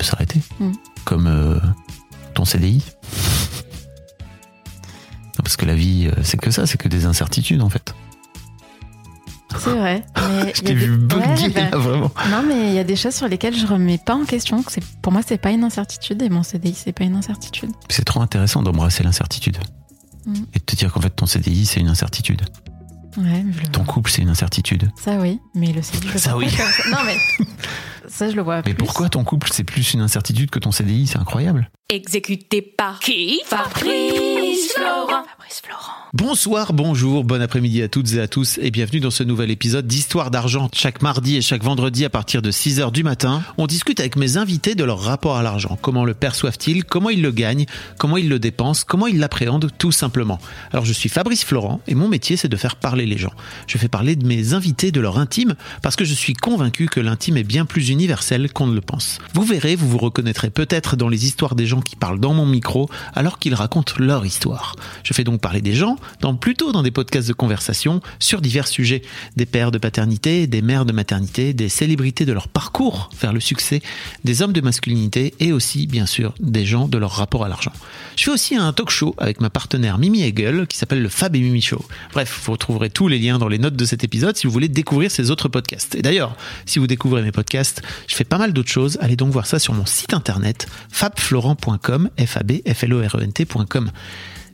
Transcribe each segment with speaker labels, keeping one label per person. Speaker 1: peut s'arrêter.
Speaker 2: Mm.
Speaker 1: Comme euh, ton CDI. Non, Parce que la vie, euh, c'est que ça, c'est que des incertitudes en fait.
Speaker 2: C'est vrai. Mais
Speaker 1: Je
Speaker 2: il y a
Speaker 1: t'ai vu
Speaker 2: des- Ouais,
Speaker 1: bugger
Speaker 2: bah,
Speaker 1: là, vraiment.
Speaker 2: Non, mais il y a des choses sur lesquelles je remets pas en question. que c'est- Pour moi, c'est pas une incertitude et mon CDI, c'est pas une incertitude.
Speaker 1: C'est trop intéressant d'embrasser l'incertitude.
Speaker 2: Mm.
Speaker 1: Et de te dire qu'en fait, ton CDI, c'est une incertitude.
Speaker 2: Ouais, mais je le
Speaker 1: Ton couple, c'est une incertitude.
Speaker 2: Ça oui, mais le CDI. je le
Speaker 1: Ça,
Speaker 2: vois
Speaker 1: oui.
Speaker 2: pas comme ça. Non mais ça je le vois.
Speaker 1: Mais
Speaker 2: plus.
Speaker 1: pourquoi ton couple, c'est plus une incertitude que ton CDI C'est incroyable.
Speaker 3: Exécuté par qui Fabrice Florent. Fabrice Florent.
Speaker 4: Bonsoir, bonjour, bon après-midi à toutes et à tous et bienvenue dans ce nouvel épisode d'Histoire d'argent. Chaque mardi et chaque vendredi à partir de 6h du matin, on discute avec mes invités de leur rapport à l'argent. Comment le perçoivent-ils Comment ils le gagnent Comment ils le dépensent Comment ils l'appréhendent tout simplement Alors je suis Fabrice Florent et mon métier c'est de faire parler les gens. Je fais parler de mes invités de leur intime parce que je suis convaincu que l'intime est bien plus universel qu'on ne le pense. Vous verrez, vous vous reconnaîtrez peut-être dans les histoires des gens qui parlent dans mon micro alors qu'ils racontent leur histoire. Je fais donc parler des gens, dans, plutôt dans des podcasts de conversation, sur divers sujets. Des pères de paternité, des mères de maternité, des célébrités de leur parcours vers le succès, des hommes de masculinité et aussi, bien sûr, des gens de leur rapport à l'argent. Je fais aussi un talk show avec ma partenaire Mimi Hegel qui s'appelle le Fab et Mimi Show. Bref, vous retrouverez tous les liens dans les notes de cet épisode si vous voulez découvrir ces autres podcasts. Et d'ailleurs, si vous découvrez mes podcasts, je fais pas mal d'autres choses. Allez donc voir ça sur mon site internet fabflorent.com, f a b f l o r e n t.com.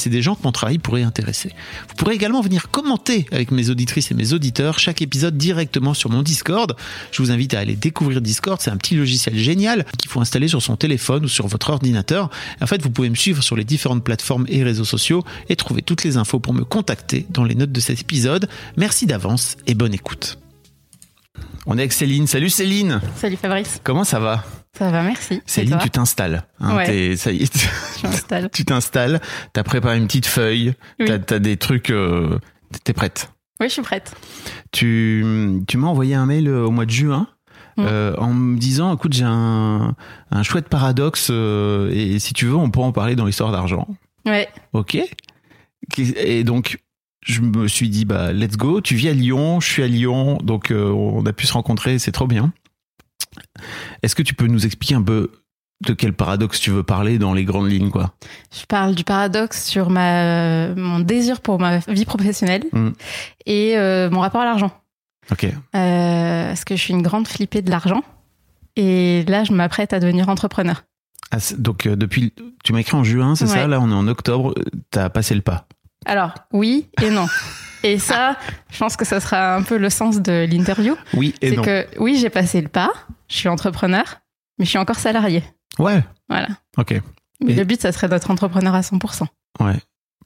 Speaker 4: des gens que mon travail pourrait intéresser. Vous pourrez également venir commenter avec mes auditrices et mes auditeurs chaque épisode directement sur mon Discord. Je vous invite à aller découvrir Discord, c'est un petit logiciel génial qu'il faut installer sur son téléphone ou sur votre ordinateur. En fait, vous pouvez me suivre sur les différentes plateformes et réseaux sociaux et trouver toutes les infos pour me contacter dans les notes de cet épisode. Merci d'avance et bonne écoute. On est avec Céline. Salut Céline
Speaker 2: Salut Fabrice,
Speaker 4: Comment ça va
Speaker 2: ça va merci.
Speaker 4: Céline, tu t'installes. hein,
Speaker 2: Ouais.
Speaker 4: t'es- ça y est,
Speaker 2: t'installes.
Speaker 4: tu t'installes, t'as préparé une petite feuille,
Speaker 2: Oui.
Speaker 4: t'as t'as des trucs, euh, t'es prête.
Speaker 2: Oui, je suis prête.
Speaker 4: Tu, tu m'as envoyé un mail euh, au mois de juin
Speaker 2: Mm.
Speaker 4: euh, en me disant, écoute, j'ai un, un chouette paradoxe euh, et si tu veux, on peut en parler dans l'histoire d'argent.
Speaker 2: Ouais.
Speaker 4: Ok. Et donc, je me suis dit, bah, let's go. Tu vis à Lyon, je suis à Lyon, donc euh, on a pu se rencontrer, c'est trop bien. Est-ce que tu peux nous expliquer un peu de quel paradoxe tu veux parler dans les grandes lignes, quoi
Speaker 2: Je parle du paradoxe sur ma euh, mon désir pour ma vie professionnelle
Speaker 4: Mm.
Speaker 2: et euh, mon rapport à l'argent.
Speaker 4: Ok.
Speaker 2: Euh, parce que je suis une grande flippée de l'argent et là je m'apprête à devenir entrepreneur.
Speaker 4: Ah, c'est- donc euh, depuis, tu m'as écrit en juin, c'est
Speaker 2: Ouais.
Speaker 4: ça Là, on est en octobre. euh, T'as passé le pas.
Speaker 2: Alors oui et non. Et ça, je pense que ça sera un peu le sens de l'interview.
Speaker 4: Oui et
Speaker 2: C'est
Speaker 4: non.
Speaker 2: que oui, j'ai passé le pas, je suis entrepreneur, mais je suis encore salarié.
Speaker 4: Ouais.
Speaker 2: Voilà.
Speaker 4: Ok.
Speaker 2: Mais
Speaker 4: Et-
Speaker 2: le but, ça serait d'être entrepreneur à 100%.
Speaker 4: Ouais.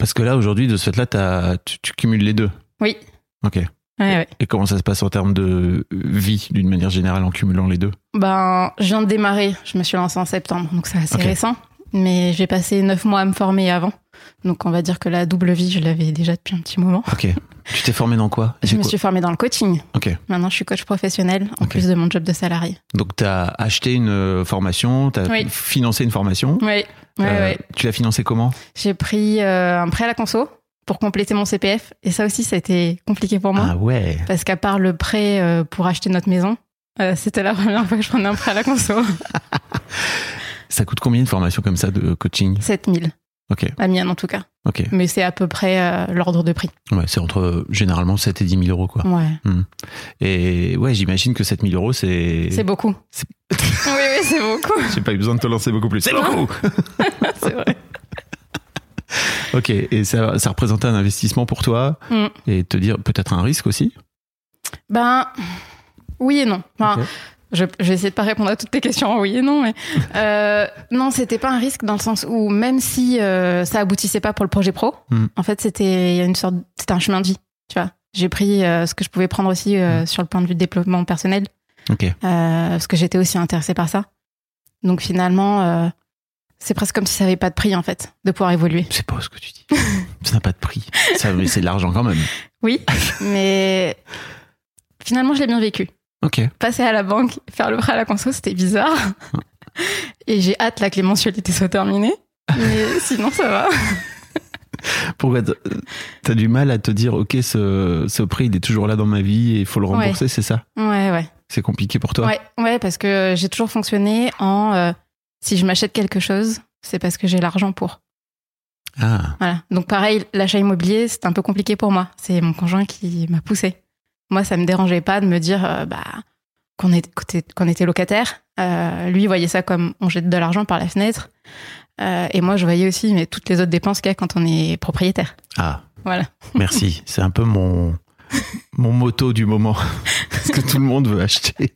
Speaker 4: Parce que là, aujourd'hui, de ce fait-là, t'as- tu, tu cumules les deux.
Speaker 2: Oui.
Speaker 4: Ok.
Speaker 2: Ouais, ouais.
Speaker 4: Et comment ça se passe en termes de vie, d'une manière générale, en cumulant les deux
Speaker 2: Ben, je viens de démarrer. Je me suis lancée en septembre, donc c'est assez
Speaker 4: Ok.
Speaker 2: récent. Mais j'ai passé neuf mois à me former avant. Donc on va dire que la double vie, je l'avais déjà depuis un petit moment.
Speaker 4: Ok. tu t'es formé dans quoi
Speaker 2: Je
Speaker 4: C'est
Speaker 2: me
Speaker 4: quoi
Speaker 2: suis formée dans le coaching.
Speaker 4: Ok.
Speaker 2: Maintenant, je suis coach professionnel en
Speaker 4: Ok.
Speaker 2: plus de mon job de salarié.
Speaker 4: Donc, tu as acheté une euh, formation, tu as
Speaker 2: Oui.
Speaker 4: financé une formation.
Speaker 2: Oui, ouais,
Speaker 4: Euh,
Speaker 2: ouais.
Speaker 4: Tu l'as financé comment
Speaker 2: J'ai pris euh, un prêt à la conso pour compléter mon CPF. Et ça aussi, ça a été compliqué pour moi.
Speaker 4: Ah ouais.
Speaker 2: Parce qu'à part le prêt euh, pour acheter notre maison, euh, c'était la première fois que je prenais un prêt à la conso.
Speaker 4: Ça coûte combien une formation comme ça de euh, coaching
Speaker 2: 7000.
Speaker 4: Ok.
Speaker 2: La mienne, en tout cas.
Speaker 4: Ok.
Speaker 2: Mais c'est à peu près euh, l'ordre de prix.
Speaker 4: Ouais, c'est entre euh, généralement 7 et 10 000 euros, quoi.
Speaker 2: Ouais.
Speaker 4: Et ouais, j'imagine que 7 000 euros, c'est.
Speaker 2: C'est beaucoup.
Speaker 4: C'est-
Speaker 2: oui, oui, c'est beaucoup.
Speaker 4: J'ai pas eu besoin de te lancer beaucoup plus. C'est beaucoup
Speaker 2: c'est vrai.
Speaker 4: Ok, et ça, ça représentait un investissement pour toi
Speaker 2: Mm.
Speaker 4: et te dire peut-être un risque aussi.
Speaker 2: Ben, oui et non. Enfin,
Speaker 4: Ok.
Speaker 2: je, je vais essayer de pas répondre à toutes tes questions en oui et non, mais euh, non, c'était pas un risque dans le sens où même si euh, ça aboutissait pas pour le projet pro,
Speaker 4: Mm.
Speaker 2: en fait c'était il y a une sorte, c'était un chemin de vie, tu vois. J'ai pris euh, ce que je pouvais prendre aussi euh, sur le point de vue de développement personnel,
Speaker 4: Ok.
Speaker 2: euh, parce que j'étais aussi intéressée par ça. Donc finalement, euh, c'est presque comme si ça avait pas de prix en fait, de pouvoir évoluer.
Speaker 4: C'est pas ce que tu dis. ça n'a pas de prix. Ça, mais c'est de l'argent quand même.
Speaker 2: Oui, mais finalement je l'ai bien vécu.
Speaker 4: Ok.
Speaker 2: passer à la banque, faire le prêt à la conso, c'était bizarre. Et j'ai hâte là que les mensualités soient terminées. Mais sinon, ça va.
Speaker 4: Pourquoi t- t'as du mal à te dire, ok, ce, ce prix, il est toujours là dans ma vie et il faut le rembourser, c'est ça
Speaker 2: Ouais, ouais.
Speaker 4: C'est compliqué pour toi
Speaker 2: Ouais, ouais, parce que j'ai toujours fonctionné en euh, si je m'achète quelque chose, c'est parce que j'ai l'argent pour.
Speaker 4: Ah,
Speaker 2: Voilà. Donc pareil, l'achat immobilier, c'est un peu compliqué pour moi. C'est mon conjoint qui m'a poussé. Moi, ça me dérangeait pas de me dire euh, bah, qu'on est- qu'on était, qu'on était locataire. Euh, lui, il voyait ça comme on jette de l'argent par la fenêtre. Euh, et moi, je voyais aussi mais toutes les autres dépenses qu'il y a quand on est propriétaire.
Speaker 4: ah.
Speaker 2: Voilà.
Speaker 4: Merci. C'est un peu mon, mon moto du moment. Parce que tout le monde veut acheter.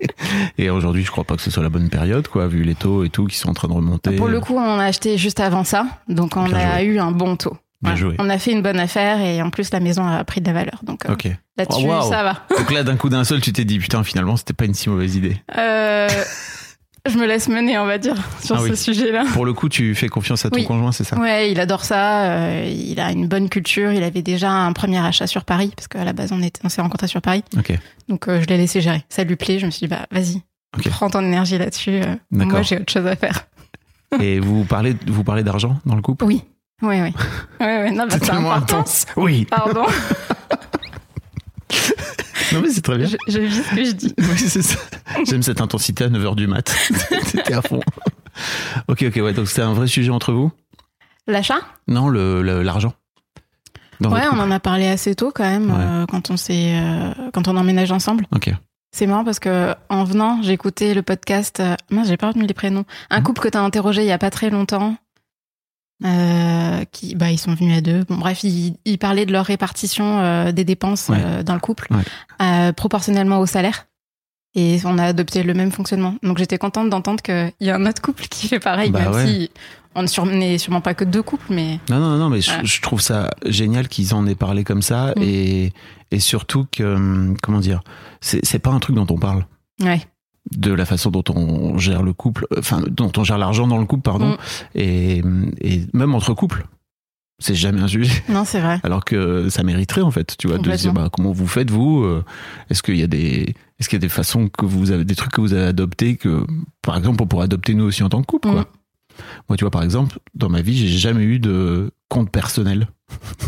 Speaker 4: Et aujourd'hui, je crois pas que ce soit la bonne période, quoi, vu les taux et tout qui sont en train de remonter.
Speaker 2: Ah, Pour le coup, on a acheté juste avant ça. Donc, on
Speaker 4: Bien
Speaker 2: a
Speaker 4: joué.
Speaker 2: eu un bon taux.
Speaker 4: Bien
Speaker 2: Voilà.
Speaker 4: joué.
Speaker 2: On a fait une bonne affaire et en plus, la maison a pris de la valeur. Donc, euh,
Speaker 4: Ok.
Speaker 2: là-dessus,
Speaker 4: Oh, wow.
Speaker 2: ça va.
Speaker 4: Donc là, d'un coup d'un seul, tu t'es dit, putain, finalement, c'était pas une si mauvaise idée.
Speaker 2: Euh, je me laisse mener, on va dire, sur
Speaker 4: Ah
Speaker 2: ce
Speaker 4: oui.
Speaker 2: sujet-là.
Speaker 4: Pour le coup, tu fais confiance à ton
Speaker 2: Oui.
Speaker 4: conjoint, c'est ça
Speaker 2: Ouais, il adore ça. euh, il a une bonne culture. Il avait déjà un premier achat sur Paris, parce qu'à la base, on, était- on s'est rencontrés sur Paris.
Speaker 4: Ok.
Speaker 2: Donc, euh, je l'ai laissé gérer. Ça lui plaît. Je me suis dit, bah, vas-y,
Speaker 4: Ok.
Speaker 2: prends ton énergie là-dessus. euh,
Speaker 4: D'accord.
Speaker 2: moi, j'ai autre chose à faire.
Speaker 4: Et vous parlez, vous parlez d'argent dans le couple
Speaker 2: Oui. Oui, oui. Oui, oui. Non, bah,
Speaker 4: C'est
Speaker 2: c'est
Speaker 4: tellement
Speaker 2: important.
Speaker 4: intense. Oui.
Speaker 2: Pardon,
Speaker 4: Non, mais c'est très bien.
Speaker 2: je, je vis ce que je dis.
Speaker 4: Oui, c'est ça. J'aime cette intensité à 9h du mat. T'étais à fond. Ok, ok, ouais. Donc c'est un vrai sujet entre vous
Speaker 2: L'achat
Speaker 4: Non, le- le- l'argent. Dans
Speaker 2: Ouais,
Speaker 4: votre
Speaker 2: on en a parlé assez tôt quand même,
Speaker 4: Ouais.
Speaker 2: euh, quand on s'est, euh, quand on emménage ensemble.
Speaker 4: Ok.
Speaker 2: C'est marrant parce que en venant, j'ai écouté le podcast. euh, mince, j'ai pas retenu les prénoms. Un
Speaker 4: Mhm.
Speaker 2: couple que t'as interrogé il y a pas très longtemps. euh, qui, bah, ils sont venus à deux. Bon, bref, ils, ils parlaient de leur répartition euh, des dépenses
Speaker 4: Ouais.
Speaker 2: euh, dans le couple,
Speaker 4: Ouais.
Speaker 2: euh, proportionnellement au salaire. Et on a adopté le même fonctionnement. Donc j'étais contente d'entendre qu'il y a un autre couple qui fait pareil,
Speaker 4: Bah
Speaker 2: même
Speaker 4: ouais.
Speaker 2: si on n'est sur- n'est sûrement pas que deux couples, mais
Speaker 4: Non, non, non, mais je,
Speaker 2: Voilà.
Speaker 4: je trouve ça génial qu'ils en aient parlé comme ça
Speaker 2: Mm.
Speaker 4: et, et surtout que, hum, comment dire, c'est c'est pas un truc dont on parle,
Speaker 2: ouais,
Speaker 4: de la façon dont on gère le couple, enfin, dont on gère l'argent dans le couple, pardon,
Speaker 2: Mm.
Speaker 4: et, et même entre couples. C'est jamais un sujet.
Speaker 2: non, c'est vrai.
Speaker 4: Alors que ça mériterait, en fait, tu vois, de se dire,
Speaker 2: Complètement.
Speaker 4: bah, comment vous faites, vous euh, Est-ce qu'il y a des. Est-ce qu'il y a des façons que vous avez, des trucs que vous avez adoptés que, par exemple, on pourrait adopter nous aussi en tant que couple, quoi.
Speaker 2: Mm.
Speaker 4: Moi, tu vois, par exemple, dans ma vie, j'ai jamais eu de compte personnel.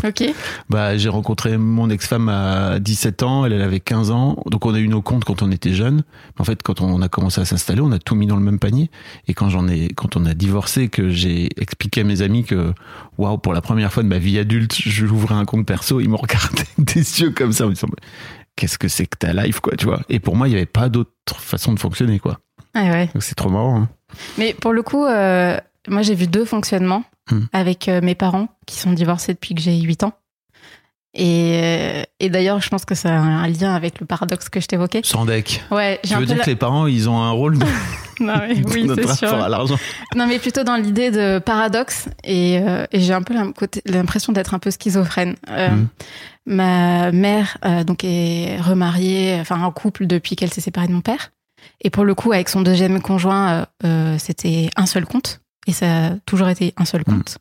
Speaker 2: Ok.
Speaker 4: Bah, j'ai rencontré mon ex-femme à 17 ans, elle, elle avait 15 ans. Donc, on a eu nos comptes quand on était jeunes. Mais en fait, quand on a commencé à s'installer, on a tout mis dans le même panier. Et quand j'en ai, quand on a divorcé, que j'ai expliqué à mes amis que, waouh, pour la première fois de ma vie adulte, je ouvrais un compte perso, ils m'ont regardé des yeux comme ça. en me disant, Qu'est-ce que c'est que ta life, quoi, tu vois? Et pour moi, il n'y avait pas d'autre façon de fonctionner, quoi.
Speaker 2: Ouais, ouais.
Speaker 4: Donc, c'est trop marrant, hein.
Speaker 2: Mais pour le coup, euh, moi j'ai vu deux fonctionnements
Speaker 4: Hmm.
Speaker 2: avec euh, mes parents qui sont divorcés depuis que j'ai 8 ans. Et, euh, et d'ailleurs, je pense que ça a un lien avec le paradoxe que je t'évoquais.
Speaker 4: Sans deck.
Speaker 2: Ouais, j'ai
Speaker 4: Tu
Speaker 2: un
Speaker 4: veux
Speaker 2: peu
Speaker 4: dire
Speaker 2: la-
Speaker 4: que les parents, ils ont un rôle dans
Speaker 2: Non, mais oui,
Speaker 4: notre
Speaker 2: c'est
Speaker 4: rapport
Speaker 2: sûr.
Speaker 4: à l'argent?
Speaker 2: Non, mais plutôt dans l'idée de paradoxe. Et, euh, et j'ai un peu l'im- côté- l'impression d'être un peu schizophrène. Euh,
Speaker 4: Hmm.
Speaker 2: Ma mère euh, donc est remariée, enfin en couple depuis qu'elle s'est séparée de mon père. Et pour le coup, avec son deuxième conjoint, euh, euh, c'était un seul compte. Et ça a toujours été un
Speaker 4: Mhm.
Speaker 2: seul compte.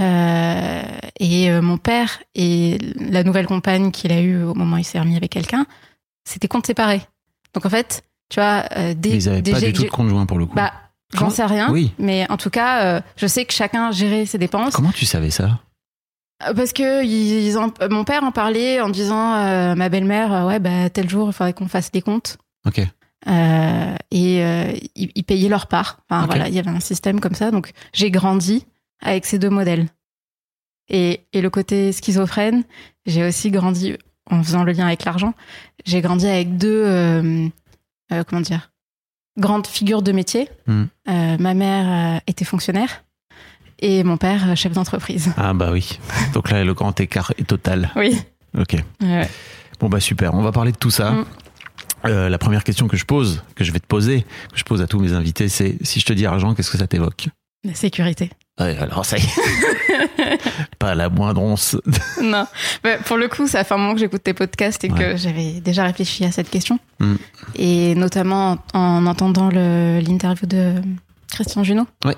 Speaker 2: Euh, et euh, mon père et la nouvelle compagne qu'il a eue au moment où il s'est remis avec quelqu'un, c'était compte séparé. Donc en fait, tu vois, euh, dès,
Speaker 4: Mais ils n'avaient
Speaker 2: dès
Speaker 4: pas
Speaker 2: j'ai-
Speaker 4: du tout de
Speaker 2: j'ai-
Speaker 4: conjoint, pour le coup.
Speaker 2: bah, j'en
Speaker 4: Comment-
Speaker 2: sais rien.
Speaker 4: Oui.
Speaker 2: Mais en tout cas, euh, je sais que chacun gérait ses dépenses.
Speaker 4: Comment tu savais ça
Speaker 2: Euh, Parce que ils ils en- euh, mon père en parlait en disant euh, ma belle-mère, euh, ouais, bah, tel jour, il faudrait qu'on fasse les comptes.
Speaker 4: Ok.
Speaker 2: Euh, et euh, ils, ils payaient leur part. Enfin,
Speaker 4: Ok.
Speaker 2: voilà, il y avait un système comme ça. Donc, j'ai grandi avec ces deux modèles. Et, et le côté schizophrène, j'ai aussi grandi en faisant le lien avec l'argent. J'ai grandi avec deux, euh, euh, comment dire, grandes figures de métier.
Speaker 4: Mm.
Speaker 2: Euh, ma mère euh, était fonctionnaire et mon père euh, chef d'entreprise.
Speaker 4: Ah bah oui. Donc là, le grand écart est total.
Speaker 2: Oui.
Speaker 4: Ok. Bon bah super, on va parler de tout ça.
Speaker 2: Mm.
Speaker 4: Euh, la première question que je pose, que je vais te poser, que je pose à tous mes invités, c'est si je te dis argent, qu'est-ce que ça t'évoque
Speaker 2: La sécurité.
Speaker 4: Ouais, Alors ça y est, pas la moindre once.
Speaker 2: non. Mais pour le coup, ça fait un moment que j'écoute tes podcasts et que
Speaker 4: Ouais.
Speaker 2: j'avais déjà réfléchi à cette question.
Speaker 4: Mm.
Speaker 2: Et notamment en, en entendant le- l'interview de Christian Junot.
Speaker 4: Ouais.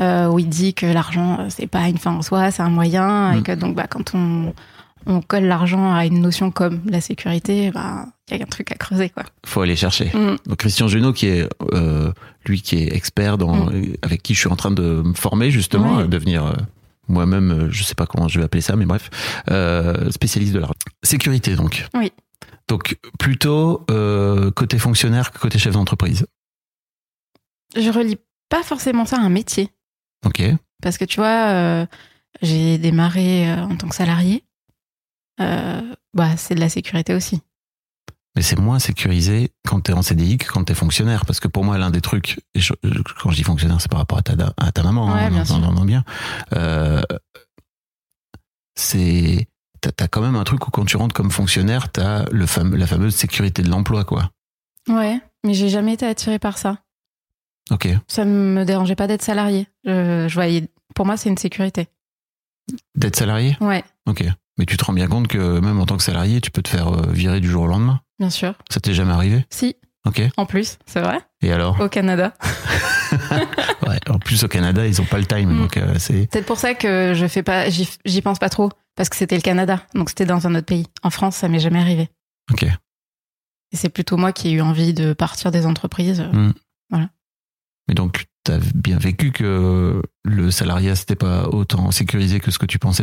Speaker 2: euh, où il dit que l'argent, euh, c'est pas une fin en soi, c'est un moyen. Et
Speaker 4: Mm.
Speaker 2: que donc, bah, quand on, on colle l'argent à une notion comme la sécurité, bah, il y a un truc à creuser, quoi.
Speaker 4: Faut aller chercher.
Speaker 2: Mm.
Speaker 4: Donc Christian Junot, qui est euh, lui qui est expert dans, avec qui je suis en train de me former justement
Speaker 2: Mm. Ouais.
Speaker 4: à devenir euh, moi-même, euh, je sais pas comment je vais appeler ça, mais bref, euh, spécialiste de la sécurité donc.
Speaker 2: Oui.
Speaker 4: Donc plutôt euh, côté fonctionnaire que côté chef d'entreprise.
Speaker 2: Je relis pas forcément ça à un métier.
Speaker 4: Ok.
Speaker 2: Parce que tu vois, euh, j'ai démarré euh, en tant que salarié. Euh, bah, c'est de la sécurité aussi.
Speaker 4: Mais c'est moins sécurisé quand t'es en CDI que quand t'es fonctionnaire. Parce que pour moi, l'un des trucs, et je- je- quand je dis fonctionnaire, c'est par rapport à ta, da- à ta maman,
Speaker 2: Ouais,
Speaker 4: hein, on
Speaker 2: bien
Speaker 4: entend-
Speaker 2: sûr.
Speaker 4: on entend bien. Euh, c'est, t'as, t'as quand même un truc où quand tu rentres comme fonctionnaire, t'as le fameux, la fameuse sécurité de l'emploi, quoi.
Speaker 2: Ouais, mais j'ai jamais été attirée par ça.
Speaker 4: Ok.
Speaker 2: Ça me dérangeait pas d'être salarié. Je, je voyais, pour moi, c'est une sécurité.
Speaker 4: D'être salarié?
Speaker 2: Ouais,
Speaker 4: Ok. Mais tu te rends bien compte que même en tant que salarié, tu peux te faire euh, virer du jour au lendemain?
Speaker 2: bien sûr.
Speaker 4: Ça t'est jamais arrivé?
Speaker 2: Si,
Speaker 4: Ok.
Speaker 2: en plus, c'est vrai,
Speaker 4: Et alors?
Speaker 2: au Canada.
Speaker 4: Ouais. En plus, au Canada, ils ont pas le time,
Speaker 2: Mm.
Speaker 4: donc euh, c'est,
Speaker 2: Peut-être pour ça que je fais pas, j'y j'y pense pas trop, parce que c'était le Canada, donc c'était dans un autre pays. En France, ça m'est jamais arrivé.
Speaker 4: ok.
Speaker 2: Et c'est plutôt moi qui ai eu envie de partir des entreprises. euh,
Speaker 4: Mais donc, t'as bien vécu que le salariat, c'était pas autant sécurisé que ce que tu pensais.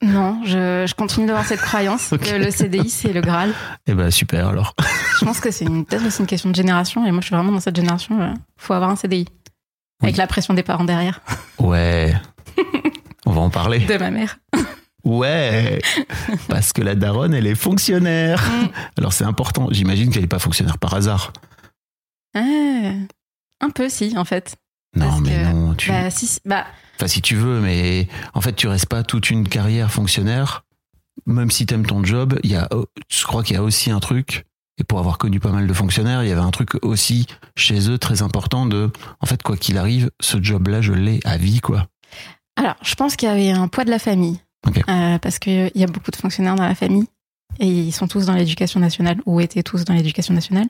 Speaker 2: Non, je, je continue d'avoir cette croyance
Speaker 4: Ok.
Speaker 2: que le CDI, c'est le Graal.
Speaker 4: Eh ben, super, alors.
Speaker 2: Je pense que c'est une- peut-être aussi une question de génération, et moi, je suis vraiment dans cette génération, il faut avoir un CDI. Avec la pression des parents derrière,
Speaker 4: Ouais. On va en parler.
Speaker 2: de ma mère.
Speaker 4: Ouais. Parce que la daronne, elle est fonctionnaire.
Speaker 2: Mm.
Speaker 4: Alors, c'est important. J'imagine qu'elle est pas fonctionnaire par hasard.
Speaker 2: Ah, un peu, si, en fait.
Speaker 4: Non,
Speaker 2: Parce
Speaker 4: mais
Speaker 2: que-
Speaker 4: non. Tu...
Speaker 2: Bah, si, si- bah,
Speaker 4: Enfin, si tu veux, mais en fait, tu restes pas toute une carrière fonctionnaire. Même si t'aimes ton job, il y a, je crois qu'il y a aussi un truc. Et pour avoir connu pas mal de fonctionnaires, il y avait un truc aussi chez eux très important de, en fait, quoi qu'il arrive, ce job-là, je l'ai à vie, quoi.
Speaker 2: Alors, je pense qu'il y avait un poids de la famille.
Speaker 4: Ok.
Speaker 2: Euh, parce qu'il y a beaucoup de fonctionnaires dans la famille. Et ils sont tous dans l'éducation nationale, ou étaient tous dans l'éducation nationale.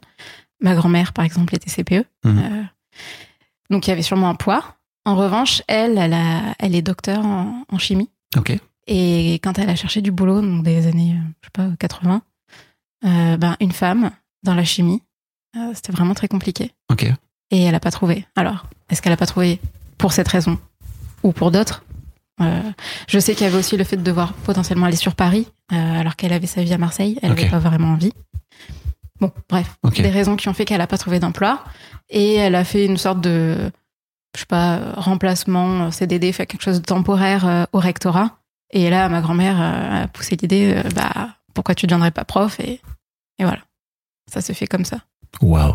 Speaker 2: Ma grand-mère, par exemple, était CPE.
Speaker 4: Mhm.
Speaker 2: Euh, donc, il y avait sûrement un poids. En revanche, elle, elle, a- elle est docteur en, en chimie.
Speaker 4: Ok.
Speaker 2: Et quand elle a cherché du boulot, donc des années, euh, je sais pas, 80, euh, ben, une femme dans la chimie, Euh, C'était vraiment très compliqué.
Speaker 4: Ok.
Speaker 2: Et elle n'a pas trouvé. Alors, est-ce qu'elle n'a pas trouvé pour cette raison ou pour d'autres Euh, Je sais qu'il y avait aussi le fait de devoir potentiellement aller sur Paris, euh, alors qu'elle avait sa vie à Marseille. Elle
Speaker 4: Ok.
Speaker 2: n'avait pas vraiment envie. Bon, bref,
Speaker 4: Ok.
Speaker 2: des raisons qui ont fait qu'elle n'a pas trouvé d'emploi. Et elle a fait une sorte de, je sais pas, remplacement, euh, CDD, fait quelque chose de temporaire euh, au rectorat. Et là, ma grand-mère euh, a poussé l'idée, euh, bah, pourquoi tu ne deviendrais pas prof et, et voilà. Ça se fait comme ça.
Speaker 4: Waouh.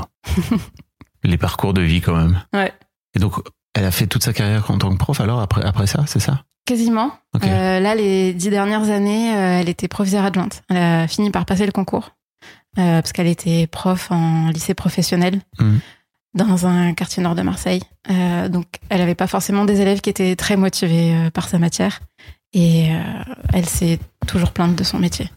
Speaker 4: Les parcours de vie quand même.
Speaker 2: Ouais.
Speaker 4: Et donc, elle a fait toute sa carrière en tant que prof alors après, après ça, c'est ça
Speaker 2: Quasiment.
Speaker 4: Ok.
Speaker 2: Euh, là, les dix dernières années, euh, elle était professeure adjointe. Elle a fini par passer le concours euh, parce qu'elle était prof en lycée professionnel
Speaker 4: Mhm.
Speaker 2: dans un quartier nord de Marseille. Euh, donc, elle n'avait pas forcément des élèves qui étaient très motivés euh, par sa matière et euh, elle s'est toujours plainte de son métier.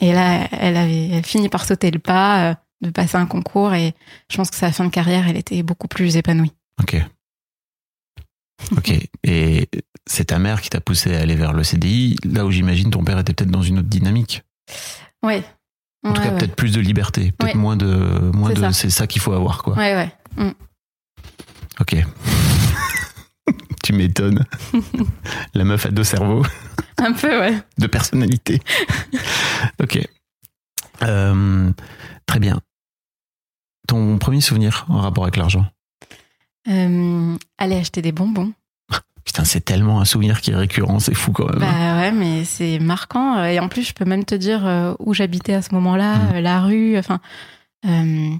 Speaker 2: Et là, elle avait elle finit par sauter le pas euh, de passer un concours et je pense que sa fin de carrière, elle était beaucoup plus épanouie.
Speaker 4: Ok. Ok. Et c'est ta mère qui t'a poussé à aller vers le CDI, là où j'imagine ton père était peut-être dans une autre dynamique.
Speaker 2: Ouais.
Speaker 4: En tout
Speaker 2: Ouais,
Speaker 4: cas,
Speaker 2: ouais.
Speaker 4: peut-être plus de liberté, peut-être
Speaker 2: Ouais.
Speaker 4: moins de, moins
Speaker 2: C'est
Speaker 4: de,
Speaker 2: ça.
Speaker 4: c'est ça qu'il faut avoir, quoi.
Speaker 2: Ouais, ouais.
Speaker 4: Ok. tu m'étonnes. La meuf a deux cerveaux,
Speaker 2: Un peu, ouais.
Speaker 4: deux personnalités. ok. Euh, très bien. Ton premier souvenir en rapport avec l'argent
Speaker 2: Euh, aller acheter des bonbons.
Speaker 4: Putain, c'est tellement un souvenir qui est récurrent, c'est fou quand même. hein.
Speaker 2: Bah ouais, mais c'est marquant. Et en plus, je peux même te dire euh, où j'habitais à ce moment-là,
Speaker 4: Mm.
Speaker 2: euh, la rue. Enfin, euh,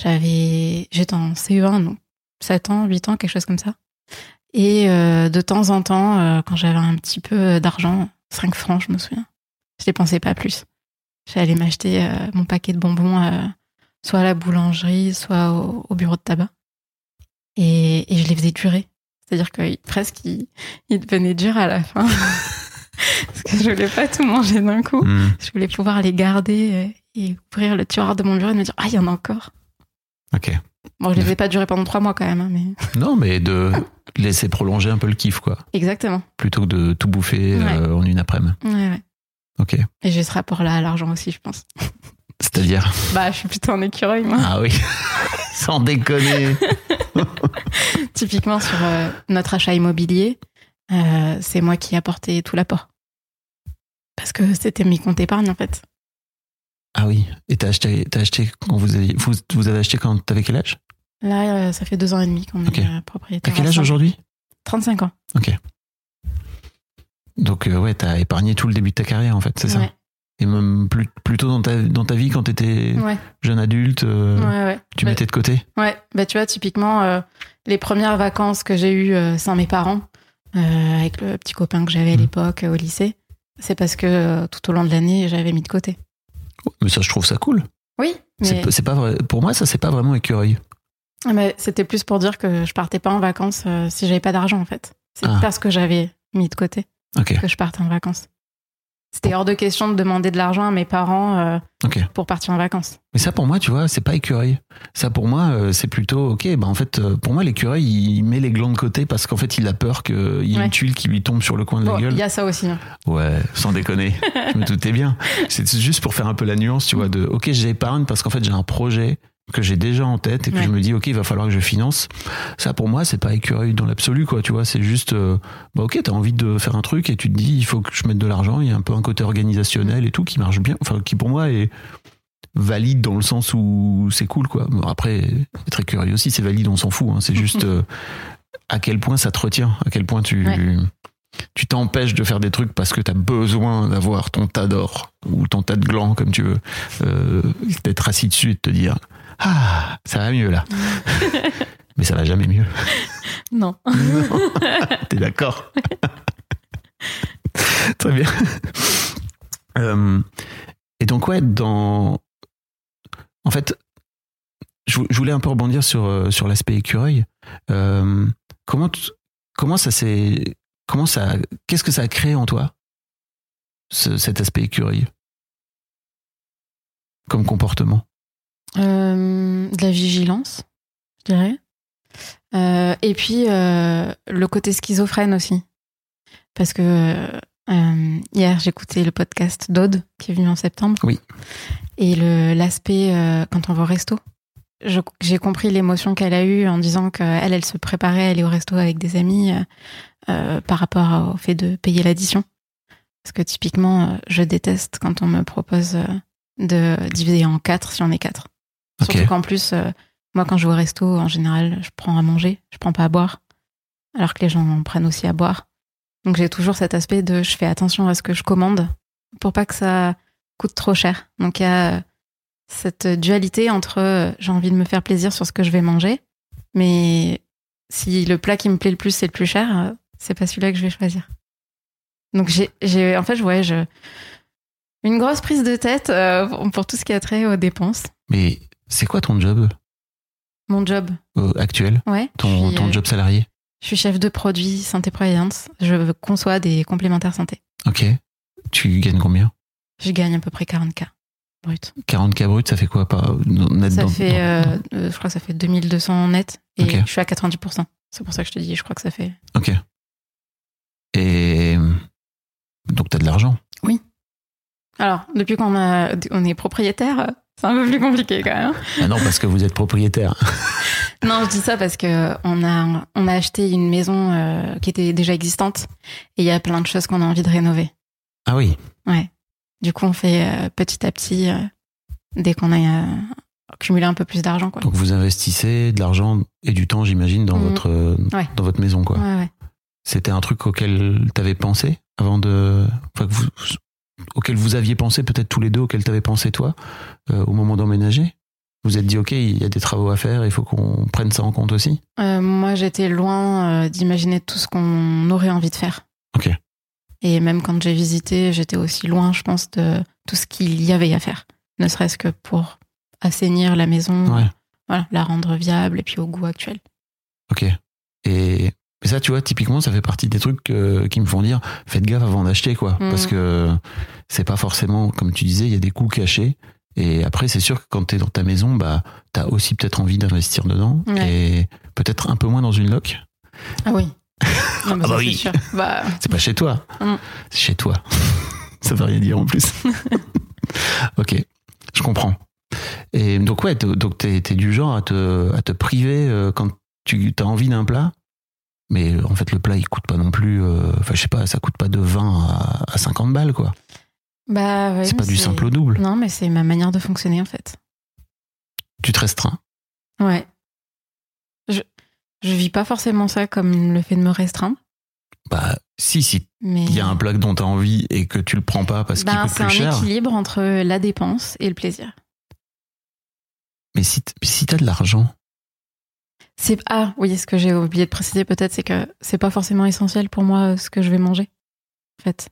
Speaker 2: j'avais, j'étais en CE1, donc 7 ans, 8 ans, quelque chose comme ça. Et euh, de temps en temps, euh, quand j'avais un petit peu euh, d'argent, 5 francs, je me souviens, je dépensais pas plus. J'allais m'acheter euh, mon paquet de bonbons, euh, soit à la boulangerie, soit au, au bureau de tabac. Et, et je les faisais durer. C'est-à-dire que il- presque, ils il devenaient durs à la fin. Parce que je voulais pas tout manger d'un coup.
Speaker 4: Hmm.
Speaker 2: Je voulais pouvoir les garder euh, et ouvrir le tiroir de mon bureau et me dire Ah, il y en a encore.
Speaker 4: Ok.
Speaker 2: Bon, je les ai pas durés pendant trois mois quand même, hein, mais.
Speaker 4: Non, mais de laisser prolonger un peu le kiff, quoi.
Speaker 2: Exactement.
Speaker 4: Plutôt que de tout bouffer euh, en une après-midi.
Speaker 2: Ouais, ouais.
Speaker 4: Ok.
Speaker 2: Et j'ai ce rapport-là à l'argent aussi, je pense.
Speaker 4: C'est-à-dire.
Speaker 2: Bah, je suis plutôt un écureuil, moi.
Speaker 4: Ah oui. Sans déconner.
Speaker 2: Typiquement sur euh, notre achat immobilier, euh, c'est moi qui apportais tout l'apport. Parce que c'était mes comptes épargne, en fait.
Speaker 4: Ah oui. Et t'as acheté, t'as acheté quand vous aviez, vous, vous avez acheté quand t'avais quel âge
Speaker 2: Là, euh, ça fait deux ans et demi qu'on
Speaker 4: Ok.
Speaker 2: est euh,
Speaker 4: T'as
Speaker 2: propriétaire.
Speaker 4: quel âge
Speaker 2: ensemble.
Speaker 4: aujourd'hui
Speaker 2: 35 ans.
Speaker 4: Donc, euh, ouais, t'as épargné tout le début de ta carrière, en fait, c'est ça
Speaker 2: ouais.
Speaker 4: Et même plus, plutôt dans ta, dans ta vie, quand t'étais
Speaker 2: Ouais,
Speaker 4: jeune adulte, euh,
Speaker 2: ouais, ouais.
Speaker 4: tu
Speaker 2: Bah,
Speaker 4: mettais de côté
Speaker 2: Ouais, bah tu vois, typiquement, euh, les premières vacances que j'ai eues euh, sans mes parents, euh, avec le petit copain que j'avais à
Speaker 4: Mhm.
Speaker 2: l'époque euh, au lycée, c'est parce que euh, tout au long de l'année, j'avais mis de côté.
Speaker 4: Mais ça, je trouve ça cool.
Speaker 2: Oui,
Speaker 4: C'est
Speaker 2: mais
Speaker 4: pas- C'est pas vrai. Pour moi, ça, c'est pas vraiment écureuil.
Speaker 2: Ah, mais c'était plus pour dire que je partais pas en vacances euh, si j'avais pas d'argent, en fait. C'est
Speaker 4: Ah.
Speaker 2: parce que j'avais mis de côté
Speaker 4: Ok.
Speaker 2: que je partais en vacances. C'était hors de question de demander de l'argent à mes parents euh,
Speaker 4: Ok.
Speaker 2: pour partir en vacances.
Speaker 4: Mais ça, pour moi, tu vois, c'est pas écureuil. Ça, pour moi, euh, c'est plutôt, ok, bah en fait, euh, pour moi, l'écureuil, il met les glands de côté parce qu'en fait, il a peur qu'il y ait
Speaker 2: Ouais.
Speaker 4: une tuile qui lui tombe sur le coin de
Speaker 2: Bon,
Speaker 4: la
Speaker 2: il
Speaker 4: gueule.
Speaker 2: y a ça aussi. hein.
Speaker 4: Ouais, sans déconner. je me doutais bien. C'est juste pour faire un peu la nuance, tu vois, de, ok, j'épargne parce qu'en fait, j'ai un projet que j'ai déjà en tête et que
Speaker 2: Ouais.
Speaker 4: je me dis, ok, il va falloir que je finance. Ça, pour moi, c'est pas écureuil dans l'absolu, quoi, tu vois, c'est juste, euh, bah, ok, t'as envie de faire un truc et tu te dis, il faut que je mette de l'argent, il y a un peu un côté organisationnel et tout qui marche bien, enfin, qui pour moi est valide dans le sens où c'est cool, quoi. Bon, après, très curieux aussi, c'est valide, on s'en fout, hein, c'est juste euh, à quel point ça te retient, à quel point tu.
Speaker 2: Ouais.
Speaker 4: Tu t'empêches de faire des trucs parce que t'as besoin d'avoir ton tas d'or ou ton tas de gland, comme tu veux, euh, d'être assis dessus et de te dire Ah, ça va mieux là. Mais ça va jamais mieux.
Speaker 2: Non.
Speaker 4: Non. T'es d'accord Très bien. Euh, et donc, ouais, dans. En fait, je, vou- je voulais un peu rebondir sur, euh, sur l'aspect écureuil. Euh, comment, t- comment ça s'est. Comment ça. Qu'est-ce que ça a créé en toi ce- Cet aspect écureuil Comme comportement
Speaker 2: Euh, de la vigilance, je dirais. Euh, et puis euh, le côté schizophrène aussi. Parce que euh, hier, j'écoutais le podcast d'Aude qui est venu en septembre.
Speaker 4: Oui.
Speaker 2: Et le- l'aspect euh, quand on va au resto, je- j'ai compris l'émotion qu'elle a eue en disant qu'elle, elle se préparait à aller au resto avec des amis euh, euh, par rapport au fait de payer l'addition. Parce que typiquement, euh, je déteste quand on me propose euh, de diviser en quatre si on est quatre.
Speaker 4: Ok.
Speaker 2: Surtout qu'en plus, euh, moi, quand je vais au resto, en général, je prends à manger, je prends pas à boire. Alors que les gens en prennent aussi à boire. Donc j'ai toujours cet aspect de je fais attention à ce que je commande pour pas que ça coûte trop cher. Donc il y a euh, cette dualité entre euh, j'ai envie de me faire plaisir sur ce que je vais manger, mais si le plat qui me plaît le plus c'est le plus cher, euh, c'est pas celui-là que je vais choisir. Donc j'ai- j'ai en fait je ouais, je une grosse prise de tête euh, pour- pour tout ce qui a trait aux dépenses.
Speaker 4: Mais c'est quoi ton job
Speaker 2: Mon job,
Speaker 4: euh, actuel
Speaker 2: ouais. je
Speaker 4: Ton,
Speaker 2: suis,
Speaker 4: ton
Speaker 2: euh,
Speaker 4: job salarié
Speaker 2: Je suis chef de produit santé prévoyance. Je conçois des complémentaires santé.
Speaker 4: Ok. Tu gagnes combien
Speaker 2: Je gagne à peu près 40K brut.
Speaker 4: 40K brut, ça fait quoi par, dans- net
Speaker 2: Ça
Speaker 4: dans-
Speaker 2: fait,
Speaker 4: dans-
Speaker 2: euh, euh, je crois que ça fait 2200 net et
Speaker 4: Ok.
Speaker 2: je suis à 90%. C'est pour ça que je te dis, je crois que ça fait.
Speaker 4: Ok. Et donc t'as de l'argent.
Speaker 2: Alors, depuis qu'on a, on est propriétaire, c'est un peu plus compliqué quand même. hein.
Speaker 4: Ah non, parce que vous êtes propriétaire.
Speaker 2: Non, je dis ça parce que on a, on a acheté une maison euh, qui était déjà existante et il y a plein de choses qu'on a envie de rénover.
Speaker 4: Ah oui.
Speaker 2: Ouais. Du coup, on fait euh, petit à petit euh, dès qu'on a euh, cumulé un peu plus d'argent, quoi.
Speaker 4: Donc vous investissez de l'argent et du temps, j'imagine, dans
Speaker 2: Mhm.
Speaker 4: votre euh,
Speaker 2: Ouais.
Speaker 4: dans votre maison, quoi.
Speaker 2: Ouais, ouais.
Speaker 4: C'était un truc auquel t'avais pensé avant de, enfin, que vous, auquel vous aviez pensé peut-être tous les deux, auquel t'avais pensé toi euh, au moment d'emménager. Vous êtes dit ok, il y a des travaux à faire, il faut qu'on prenne ça en compte aussi.
Speaker 2: Euh, moi, j'étais loin euh, d'imaginer tout ce qu'on aurait envie de faire.
Speaker 4: Ok.
Speaker 2: Et même quand j'ai visité, j'étais aussi loin, je pense, de tout ce qu'il y avait à faire. Ne serait-ce que pour assainir la maison,
Speaker 4: Ouais.
Speaker 2: voilà, la rendre viable et puis au goût actuel.
Speaker 4: Ok. Et mais ça, tu vois, typiquement, ça fait partie des trucs euh, qui me font dire faites gaffe avant d'acheter, quoi.
Speaker 2: Mm.
Speaker 4: Parce que c'est pas forcément, comme tu disais, il y a des coûts cachés. Et après, c'est sûr que quand t'es dans ta maison, bah, t'as aussi peut-être envie d'investir dedans.
Speaker 2: Ouais.
Speaker 4: Et peut-être un peu moins dans une loc.
Speaker 2: Ah oui. Non, mais
Speaker 4: Ah bah
Speaker 2: ça, c'est
Speaker 4: oui.
Speaker 2: sûr. Bah,
Speaker 4: C'est pas chez toi.
Speaker 2: Mm.
Speaker 4: C'est chez toi. ça veut rien dire en plus. ok. Je comprends. Et donc, ouais, t'es- donc t'es t'es du genre à te, à te priver euh, quand tu as envie d'un plat. Mais euh, en fait, le plat, il coûte pas non plus. euh, Enfin, je sais pas, ça coûte pas de 20 à, à 50 balles, quoi.
Speaker 2: bah ouais,
Speaker 4: c'est pas
Speaker 2: mais
Speaker 4: du simple au double.
Speaker 2: Non, mais c'est ma manière de fonctionner en fait.
Speaker 4: Tu te restreins.
Speaker 2: Ouais. Je, je vis pas forcément ça comme le fait de me restreindre,
Speaker 4: Bah, si, si
Speaker 2: mais.
Speaker 4: il y a un plat dont t'as envie et que tu le prends pas parce qu'il
Speaker 2: Ben,
Speaker 4: coûte
Speaker 2: c'est
Speaker 4: plus
Speaker 2: un
Speaker 4: cher.
Speaker 2: équilibre entre la dépense et le plaisir.
Speaker 4: Mais si, t- si t'as de l'argent,
Speaker 2: C'est ah oui, ce que j'ai oublié de préciser peut-être, c'est que c'est pas forcément essentiel pour moi euh, ce que je vais manger. En fait,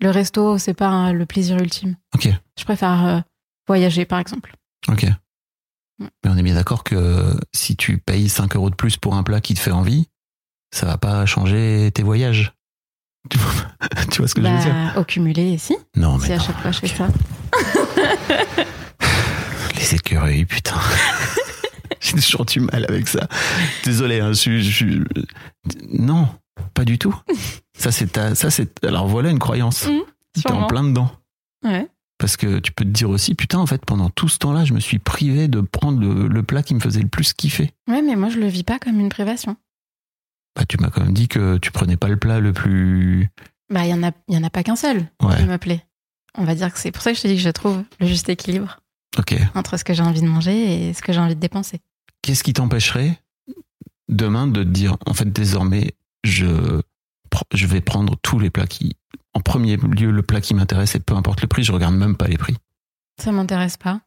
Speaker 2: le resto, c'est pas hein, le plaisir ultime.
Speaker 4: Ok.
Speaker 2: Je préfère euh, voyager, par exemple.
Speaker 4: Ok.
Speaker 2: Ouais.
Speaker 4: Mais on est bien d'accord que si tu payes 5 euros de plus pour un plat qui te fait envie, ça va pas changer tes voyages. Tu vois, tu vois ce que je veux dire
Speaker 2: Bah, au cumulé, si.
Speaker 4: Non, mais
Speaker 2: si à
Speaker 4: non,
Speaker 2: chaque fois je fais
Speaker 4: ok.
Speaker 2: ça.
Speaker 4: les écureuils, putain. J'ai toujours du mal avec ça. Désolé, hein, je, suis- je suis- Non, pas du tout. Ça, c'est ta... ça, c'est... Alors voilà une croyance.
Speaker 2: Mhm,
Speaker 4: T'es en
Speaker 2: sûrement.
Speaker 4: plein dedans.
Speaker 2: Ouais.
Speaker 4: Parce que tu peux te dire aussi, putain, en fait, pendant tout ce temps-là, je me suis privé de prendre le, le plat qui me faisait le plus kiffer.
Speaker 2: Ouais, mais moi je le vis pas comme une privation.
Speaker 4: Bah, tu m'as quand même dit que tu prenais pas le plat le plus.
Speaker 2: Bah il y en a, il y en a pas qu'un seul qui
Speaker 4: Ouais,
Speaker 2: me plaît. On va dire que c'est pour ça que je te dis que je trouve le juste équilibre
Speaker 4: ok.
Speaker 2: entre ce que j'ai envie de manger et ce que j'ai envie de dépenser.
Speaker 4: Qu'est-ce qui t'empêcherait demain de te dire, en fait, désormais, je, pr- je vais prendre tous les plats qui. En premier lieu, le plat qui m'intéresse et peu importe le prix, je regarde même pas les prix.
Speaker 2: Ça m'intéresse pas,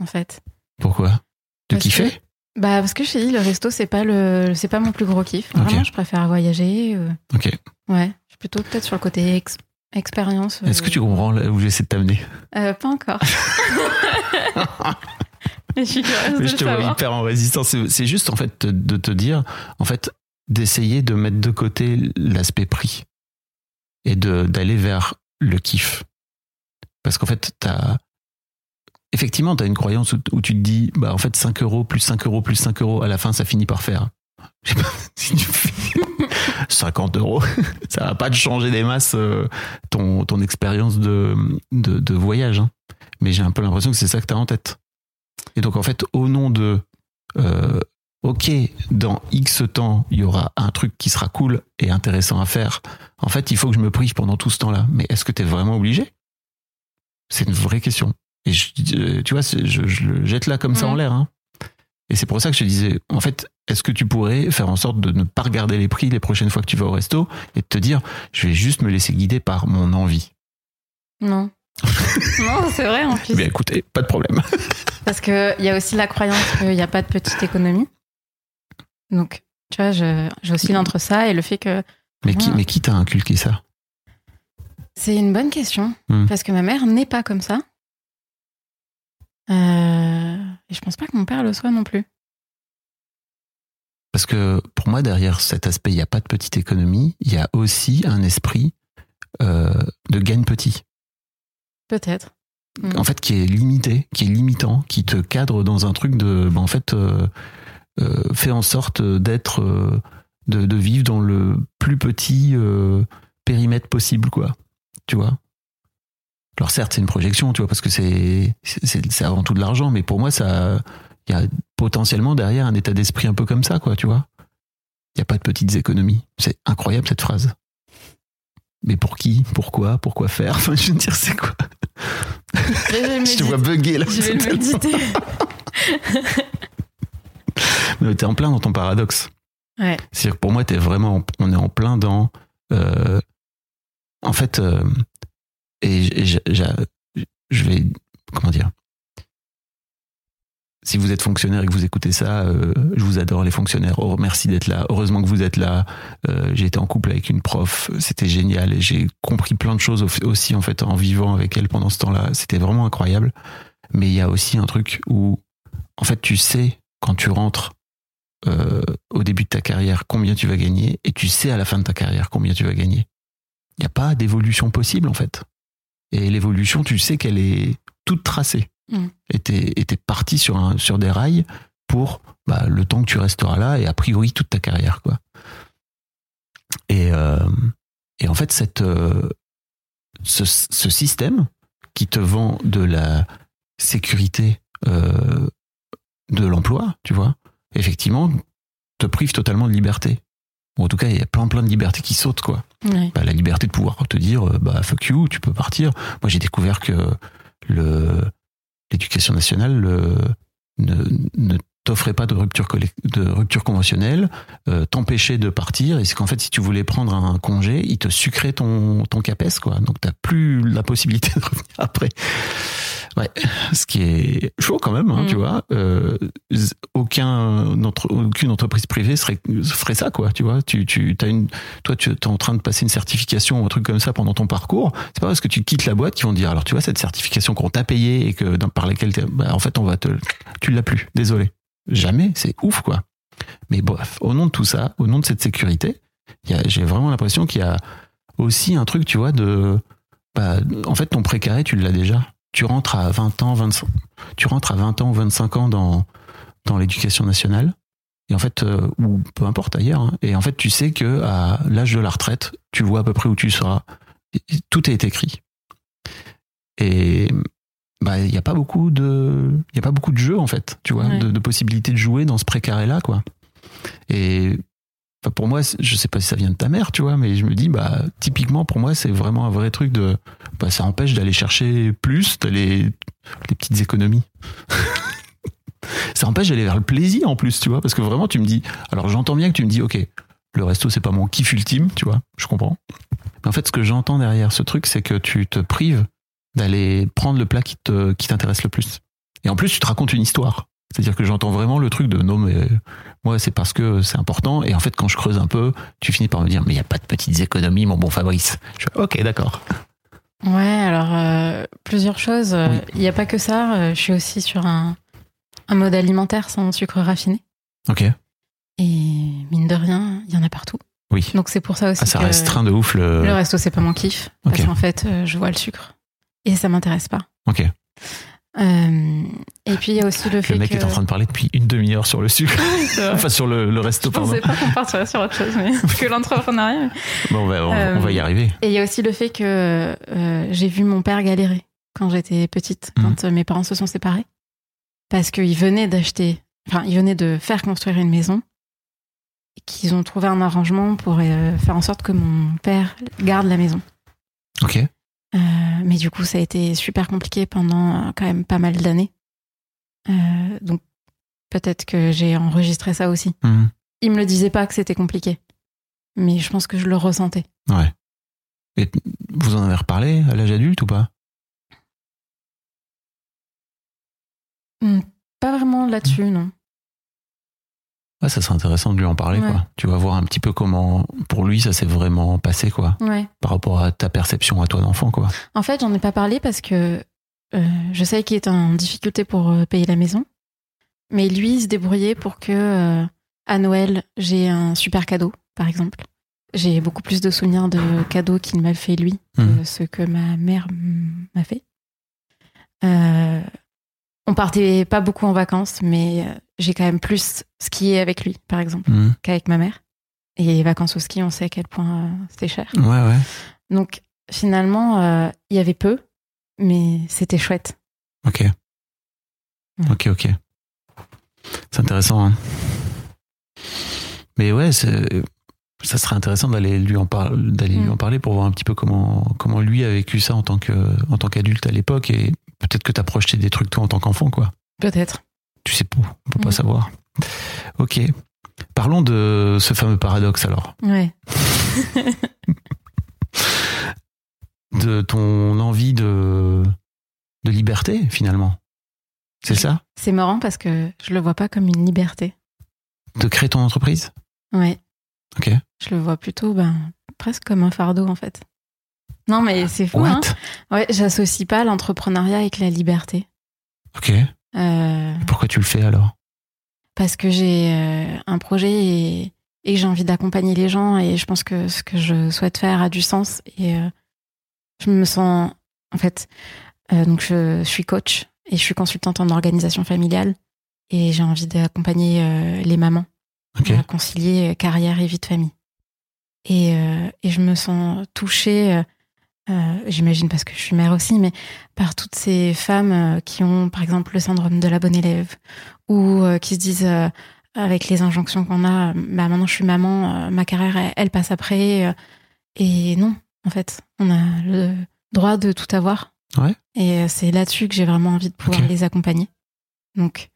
Speaker 2: en fait.
Speaker 4: Pourquoi De
Speaker 2: Parce que-
Speaker 4: kiffer
Speaker 2: Bah parce que je t'ai dit le resto c'est pas le c'est pas mon plus gros kiff. Vraiment
Speaker 4: Ok.
Speaker 2: je préfère voyager. euh,
Speaker 4: Ok.
Speaker 2: Ouais, je suis plutôt peut-être sur le côté ex- expérience. euh,
Speaker 4: Est-ce que tu comprends là où j'essaie de t'amener
Speaker 2: euh, Pas encore. Mais je suis curieuse de
Speaker 4: Mais
Speaker 2: le
Speaker 4: je te vois
Speaker 2: savoir.
Speaker 4: hyper en résistance. C'est- C'est juste en fait te- de te dire, en fait, d'essayer de mettre de côté l'aspect prix et de d'aller vers le kiff. Parce qu'en fait, t'as effectivement t'as une croyance où, où tu te dis, bah en fait 5 euros plus 5 euros plus 5 euros à la fin, ça finit par faire. Je sais pas si tu fais 50 euros, ça va pas te changer des masses euh, ton, ton expérience de, de, de voyage. hein. Mais j'ai un peu l'impression que c'est ça que t'as en tête. Et donc, en fait, au nom de euh, ok, dans X temps, il y aura un truc qui sera cool et intéressant à faire. En fait, il faut que je me prive pendant tout ce temps-là. Mais est-ce que tu es vraiment obligé C'est une vraie question. Et je- euh, tu vois, c'est- je, je le jette là comme ça
Speaker 2: Ouais.
Speaker 4: en l'air. hein. Et c'est pour ça que je te disais, en fait, est-ce que tu pourrais faire en sorte de ne pas regarder les prix les prochaines fois que tu vas au resto et de te dire, je vais juste me laisser guider par mon envie
Speaker 2: Non. non, c'est vrai en plus.
Speaker 4: Eh Bien écoutez, pas de problème.
Speaker 2: Parce qu'il y a aussi la croyance qu'il n'y a pas de petite économie. Donc, tu vois, je, j'oscille entre ça et le fait que
Speaker 4: Mais qui,
Speaker 2: Ouais.
Speaker 4: mais qui t'a inculqué ça
Speaker 2: c'est une bonne question.
Speaker 4: Hmm.
Speaker 2: Parce que ma mère n'est pas comme ça. Euh, et je pense pas que mon père le soit non plus.
Speaker 4: Parce que pour moi, derrière cet aspect, il n'y a pas de petite économie, il y a aussi un esprit euh, de gain petit,
Speaker 2: Peut-être. Mm.
Speaker 4: en fait, qui est limité, qui est limitant, qui te cadre dans un truc de, bah, en fait, euh, euh, fais en sorte d'être, euh, de, de vivre dans le plus petit euh, périmètre possible, quoi. Tu vois Alors certes, c'est une projection, tu vois, parce que c'est, c'est- c'est, c'est avant tout de l'argent, mais pour moi, ça, il y a potentiellement derrière un état d'esprit un peu comme ça, quoi, tu vois. Il n'y a pas de petites économies. C'est incroyable cette phrase. Mais pour qui Pourquoi Pourquoi faire Enfin, je veux dire, c'est quoi
Speaker 2: Je vais le
Speaker 4: Je te
Speaker 2: méditer.
Speaker 4: vois bugger là.
Speaker 2: Je vais le méditer.
Speaker 4: Mais t'es en plein dans ton paradoxe.
Speaker 2: Ouais.
Speaker 4: C'est-à-dire que pour moi, t'es vraiment, en- on est en plein dans. euh, en fait, euh, et j- et j- j'a- je vais. Comment dire Si vous êtes fonctionnaire et que vous écoutez ça, euh, je vous adore les fonctionnaires. Oh, merci d'être là. Heureusement que vous êtes là. Euh, j'ai été en couple avec une prof. C'était génial. Et j'ai compris plein de choses au- aussi en fait en vivant avec elle pendant ce temps-là. C'était vraiment incroyable. Mais il y a aussi un truc où, en fait, tu sais quand tu rentres euh, au début de ta carrière combien tu vas gagner et tu sais à la fin de ta carrière combien tu vas gagner. Il n'y a pas d'évolution possible en fait. Et l'évolution, tu sais qu'elle est toute tracée.
Speaker 2: Mm.
Speaker 4: Et t'es et t'es parti sur, un, sur des rails pour bah, le temps que tu resteras là et a priori toute ta carrière. Quoi. Et, euh, et en fait, cette, euh, ce, ce système qui te vend de la sécurité euh, de l'emploi, tu vois, effectivement, te prive totalement de liberté. Ou en tout cas, il y a plein plein de libertés qui sautent, quoi.
Speaker 2: Ouais.
Speaker 4: Bah, la liberté de pouvoir te dire, euh, bah fuck you, tu peux partir. Moi, j'ai découvert que le l'éducation nationale le- ne, ne t'offrait pas de rupture collec- de rupture conventionnelle, euh, t'empêchait de partir. Et c'est qu'en fait, si tu voulais prendre un congé, ils te sucraient ton ton capes, quoi. Donc t'as plus la possibilité de revenir après. Ouais, ce qui est chaud quand même, hein,
Speaker 2: Mm.
Speaker 4: tu vois. Euh, z- aucun, entre- aucune entreprise privée serait, ferait ça, quoi. Tu vois, tu, tu as une, toi, tu es en train de passer une certification ou un truc comme ça pendant ton parcours. C'est pas parce que tu quittes la boîte qu'ils vont te dire, alors tu vois, cette certification qu'on t'a payée et que dans- par laquelle, t'es- bah, en fait, on va te, tu l'as plus. Désolé. Jamais. C'est ouf, quoi. Mais bref, au nom de tout ça, au nom de cette sécurité, il y a- j'ai vraiment l'impression qu'il y a aussi un truc, tu vois, de, bah, en fait, ton précaré, tu l'as déjà. Tu rentres à 20 ans, 25, tu rentres à 20 ans ou 25 ans dans, dans l'éducation nationale, et en fait, euh, ou peu importe ailleurs, hein, et en fait, tu sais que à l'âge de la retraite, tu vois à peu près où tu seras. Et- et Tout est écrit. Et bah, il n'y a pas beaucoup de, il y a pas beaucoup de jeux en fait, tu vois,
Speaker 2: Ouais.
Speaker 4: de, de possibilités de jouer dans ce précaré là, quoi. Et enfin, pour moi, c'est- je sais pas si ça vient de ta mère, tu vois, mais je me dis, bah, typiquement pour moi, c'est vraiment un vrai truc de, bah, ça empêche d'aller chercher plus, d'aller les petites économies. ça empêche d'aller vers le plaisir en plus, tu vois, parce que vraiment tu me dis, alors j'entends bien que tu me dis, ok, le resto c'est pas mon kiff ultime, tu vois, je comprends. Mais en fait, ce que j'entends derrière ce truc, c'est que tu te prives d'aller prendre le plat qui te- qui t'intéresse le plus. Et en plus, tu te racontes une histoire. C'est-à-dire que j'entends vraiment le truc de non mais euh, moi c'est parce que c'est important et en fait quand je creuse un peu tu finis par me dire mais il y a pas de petites économies mon bon Fabrice je fais, ok d'accord
Speaker 2: Ouais, alors euh, plusieurs choses. Euh,
Speaker 4: Oui.
Speaker 2: Il n'y a pas que ça. Euh, je suis aussi sur un, un mode alimentaire sans sucre raffiné.
Speaker 4: ok Ah,
Speaker 2: Et mine de rien, il y en a partout.
Speaker 4: oui
Speaker 2: Donc c'est pour ça aussi
Speaker 4: Ah, ça
Speaker 2: que
Speaker 4: restreint de ouf le,
Speaker 2: le resto, c'est pas mon kiff. Parce
Speaker 4: Euh, Ok.
Speaker 2: qu'en fait, euh, je vois le sucre. Et ça m'intéresse pas.
Speaker 4: ok
Speaker 2: Euh, et puis il y a aussi le fait
Speaker 4: Le mec
Speaker 2: que...
Speaker 4: est en train de parler depuis une demi-heure sur le sucre, enfin sur le, le resto,
Speaker 2: Je
Speaker 4: pardon.
Speaker 2: pensais pas qu'on partirait sur autre chose, mais que l'entrepreneuriat.
Speaker 4: Bon, on va- on,
Speaker 2: Euh,
Speaker 4: on va y arriver.
Speaker 2: Et il y a aussi le fait que euh, j'ai vu mon père galérer quand j'étais petite,
Speaker 4: Mhm.
Speaker 2: quand euh, mes parents se sont séparés. Parce qu'il venait d'acheter Enfin, ils venaient de faire construire une maison et qu'ils ont trouvé un arrangement pour euh, faire en sorte que mon père garde la maison.
Speaker 4: Ok.
Speaker 2: Euh, mais du coup, ça a été super compliqué pendant euh, quand même pas mal d'années. Euh, donc, peut-être que j'ai enregistré ça aussi.
Speaker 4: Mhm.
Speaker 2: Il me le disait pas que c'était compliqué, mais je pense que je le ressentais.
Speaker 4: Ouais. Et t- vous en avez reparlé à l'âge adulte ou pas
Speaker 2: Pas vraiment là-dessus, non.
Speaker 4: Ouais, Ah, ça serait intéressant de lui en parler,
Speaker 2: Ouais.
Speaker 4: quoi. Tu vas voir un petit peu comment, pour lui, ça s'est vraiment passé, quoi.
Speaker 2: Ouais.
Speaker 4: Par rapport à ta perception à toi d'enfant, quoi.
Speaker 2: En fait, j'en ai pas parlé parce que euh, je savais qu'il était en difficulté pour euh, payer la maison, mais lui il se débrouillait pour que euh, à Noël j'ai un super cadeau, par exemple. J'ai beaucoup plus de souvenirs de cadeaux qu'il m'a fait lui que
Speaker 4: Mhm.
Speaker 2: ce que ma mère mm, m'a fait. Euh, on partait pas beaucoup en vacances, mais euh, j'ai quand même plus skié avec lui, par exemple,
Speaker 4: Mhm.
Speaker 2: qu'avec ma mère. Et les vacances au ski, on sait à quel point euh, c'est cher.
Speaker 4: Ouais, ouais.
Speaker 2: Donc finalement, euh, il y avait peu, mais c'était chouette.
Speaker 4: Ok. Ok, ok. C'est intéressant. hein. Mais ouais, c'est- ça serait intéressant d'aller lui en par- d'aller lui
Speaker 2: Mm.
Speaker 4: en parler pour voir un petit peu comment comment lui a vécu ça en tant que en tant qu'adulte à l'époque et peut-être que t'as projeté des trucs toi en tant qu'enfant quoi.
Speaker 2: Peut-être.
Speaker 4: Tu sais pas, on peut pas
Speaker 2: Mm.
Speaker 4: savoir. Ok. Parlons de ce fameux paradoxe alors,
Speaker 2: Ouais.
Speaker 4: de ton envie de de liberté finalement. C'est ça
Speaker 2: C'est marrant parce que je le vois pas comme une liberté.
Speaker 4: De créer ton entreprise
Speaker 2: Ouais.
Speaker 4: Ok.
Speaker 2: Je le vois plutôt ben, presque comme un fardeau en fait. Non mais c'est fou. Hein
Speaker 4: What
Speaker 2: ouais, j'associe pas l'entrepreneuriat avec la liberté.
Speaker 4: Ok.
Speaker 2: Euh,
Speaker 4: Pourquoi tu le fais alors
Speaker 2: parce que j'ai euh, un projet et, et j'ai envie d'accompagner les gens et je pense que ce que je souhaite faire a du sens et euh, je me sens en fait euh, donc je, je suis coach et je suis consultante en organisation familiale et j'ai envie d'accompagner euh, les mamans
Speaker 4: Ok.
Speaker 2: à concilier euh, carrière et vie de famille et, euh, et je me sens touchée euh, euh, j'imagine parce que je suis mère aussi mais par toutes ces femmes euh, qui ont par exemple le syndrome de la bonne élève ou euh, qui se disent euh, avec les injonctions qu'on a, euh, bah maintenant je suis maman, euh, ma carrière elle, elle passe après. euh, et non, en fait, on a le droit de tout avoir.
Speaker 4: Ouais.
Speaker 2: Et euh, c'est là-dessus que j'ai vraiment envie de pouvoir
Speaker 4: Ok.
Speaker 2: les accompagner. Donc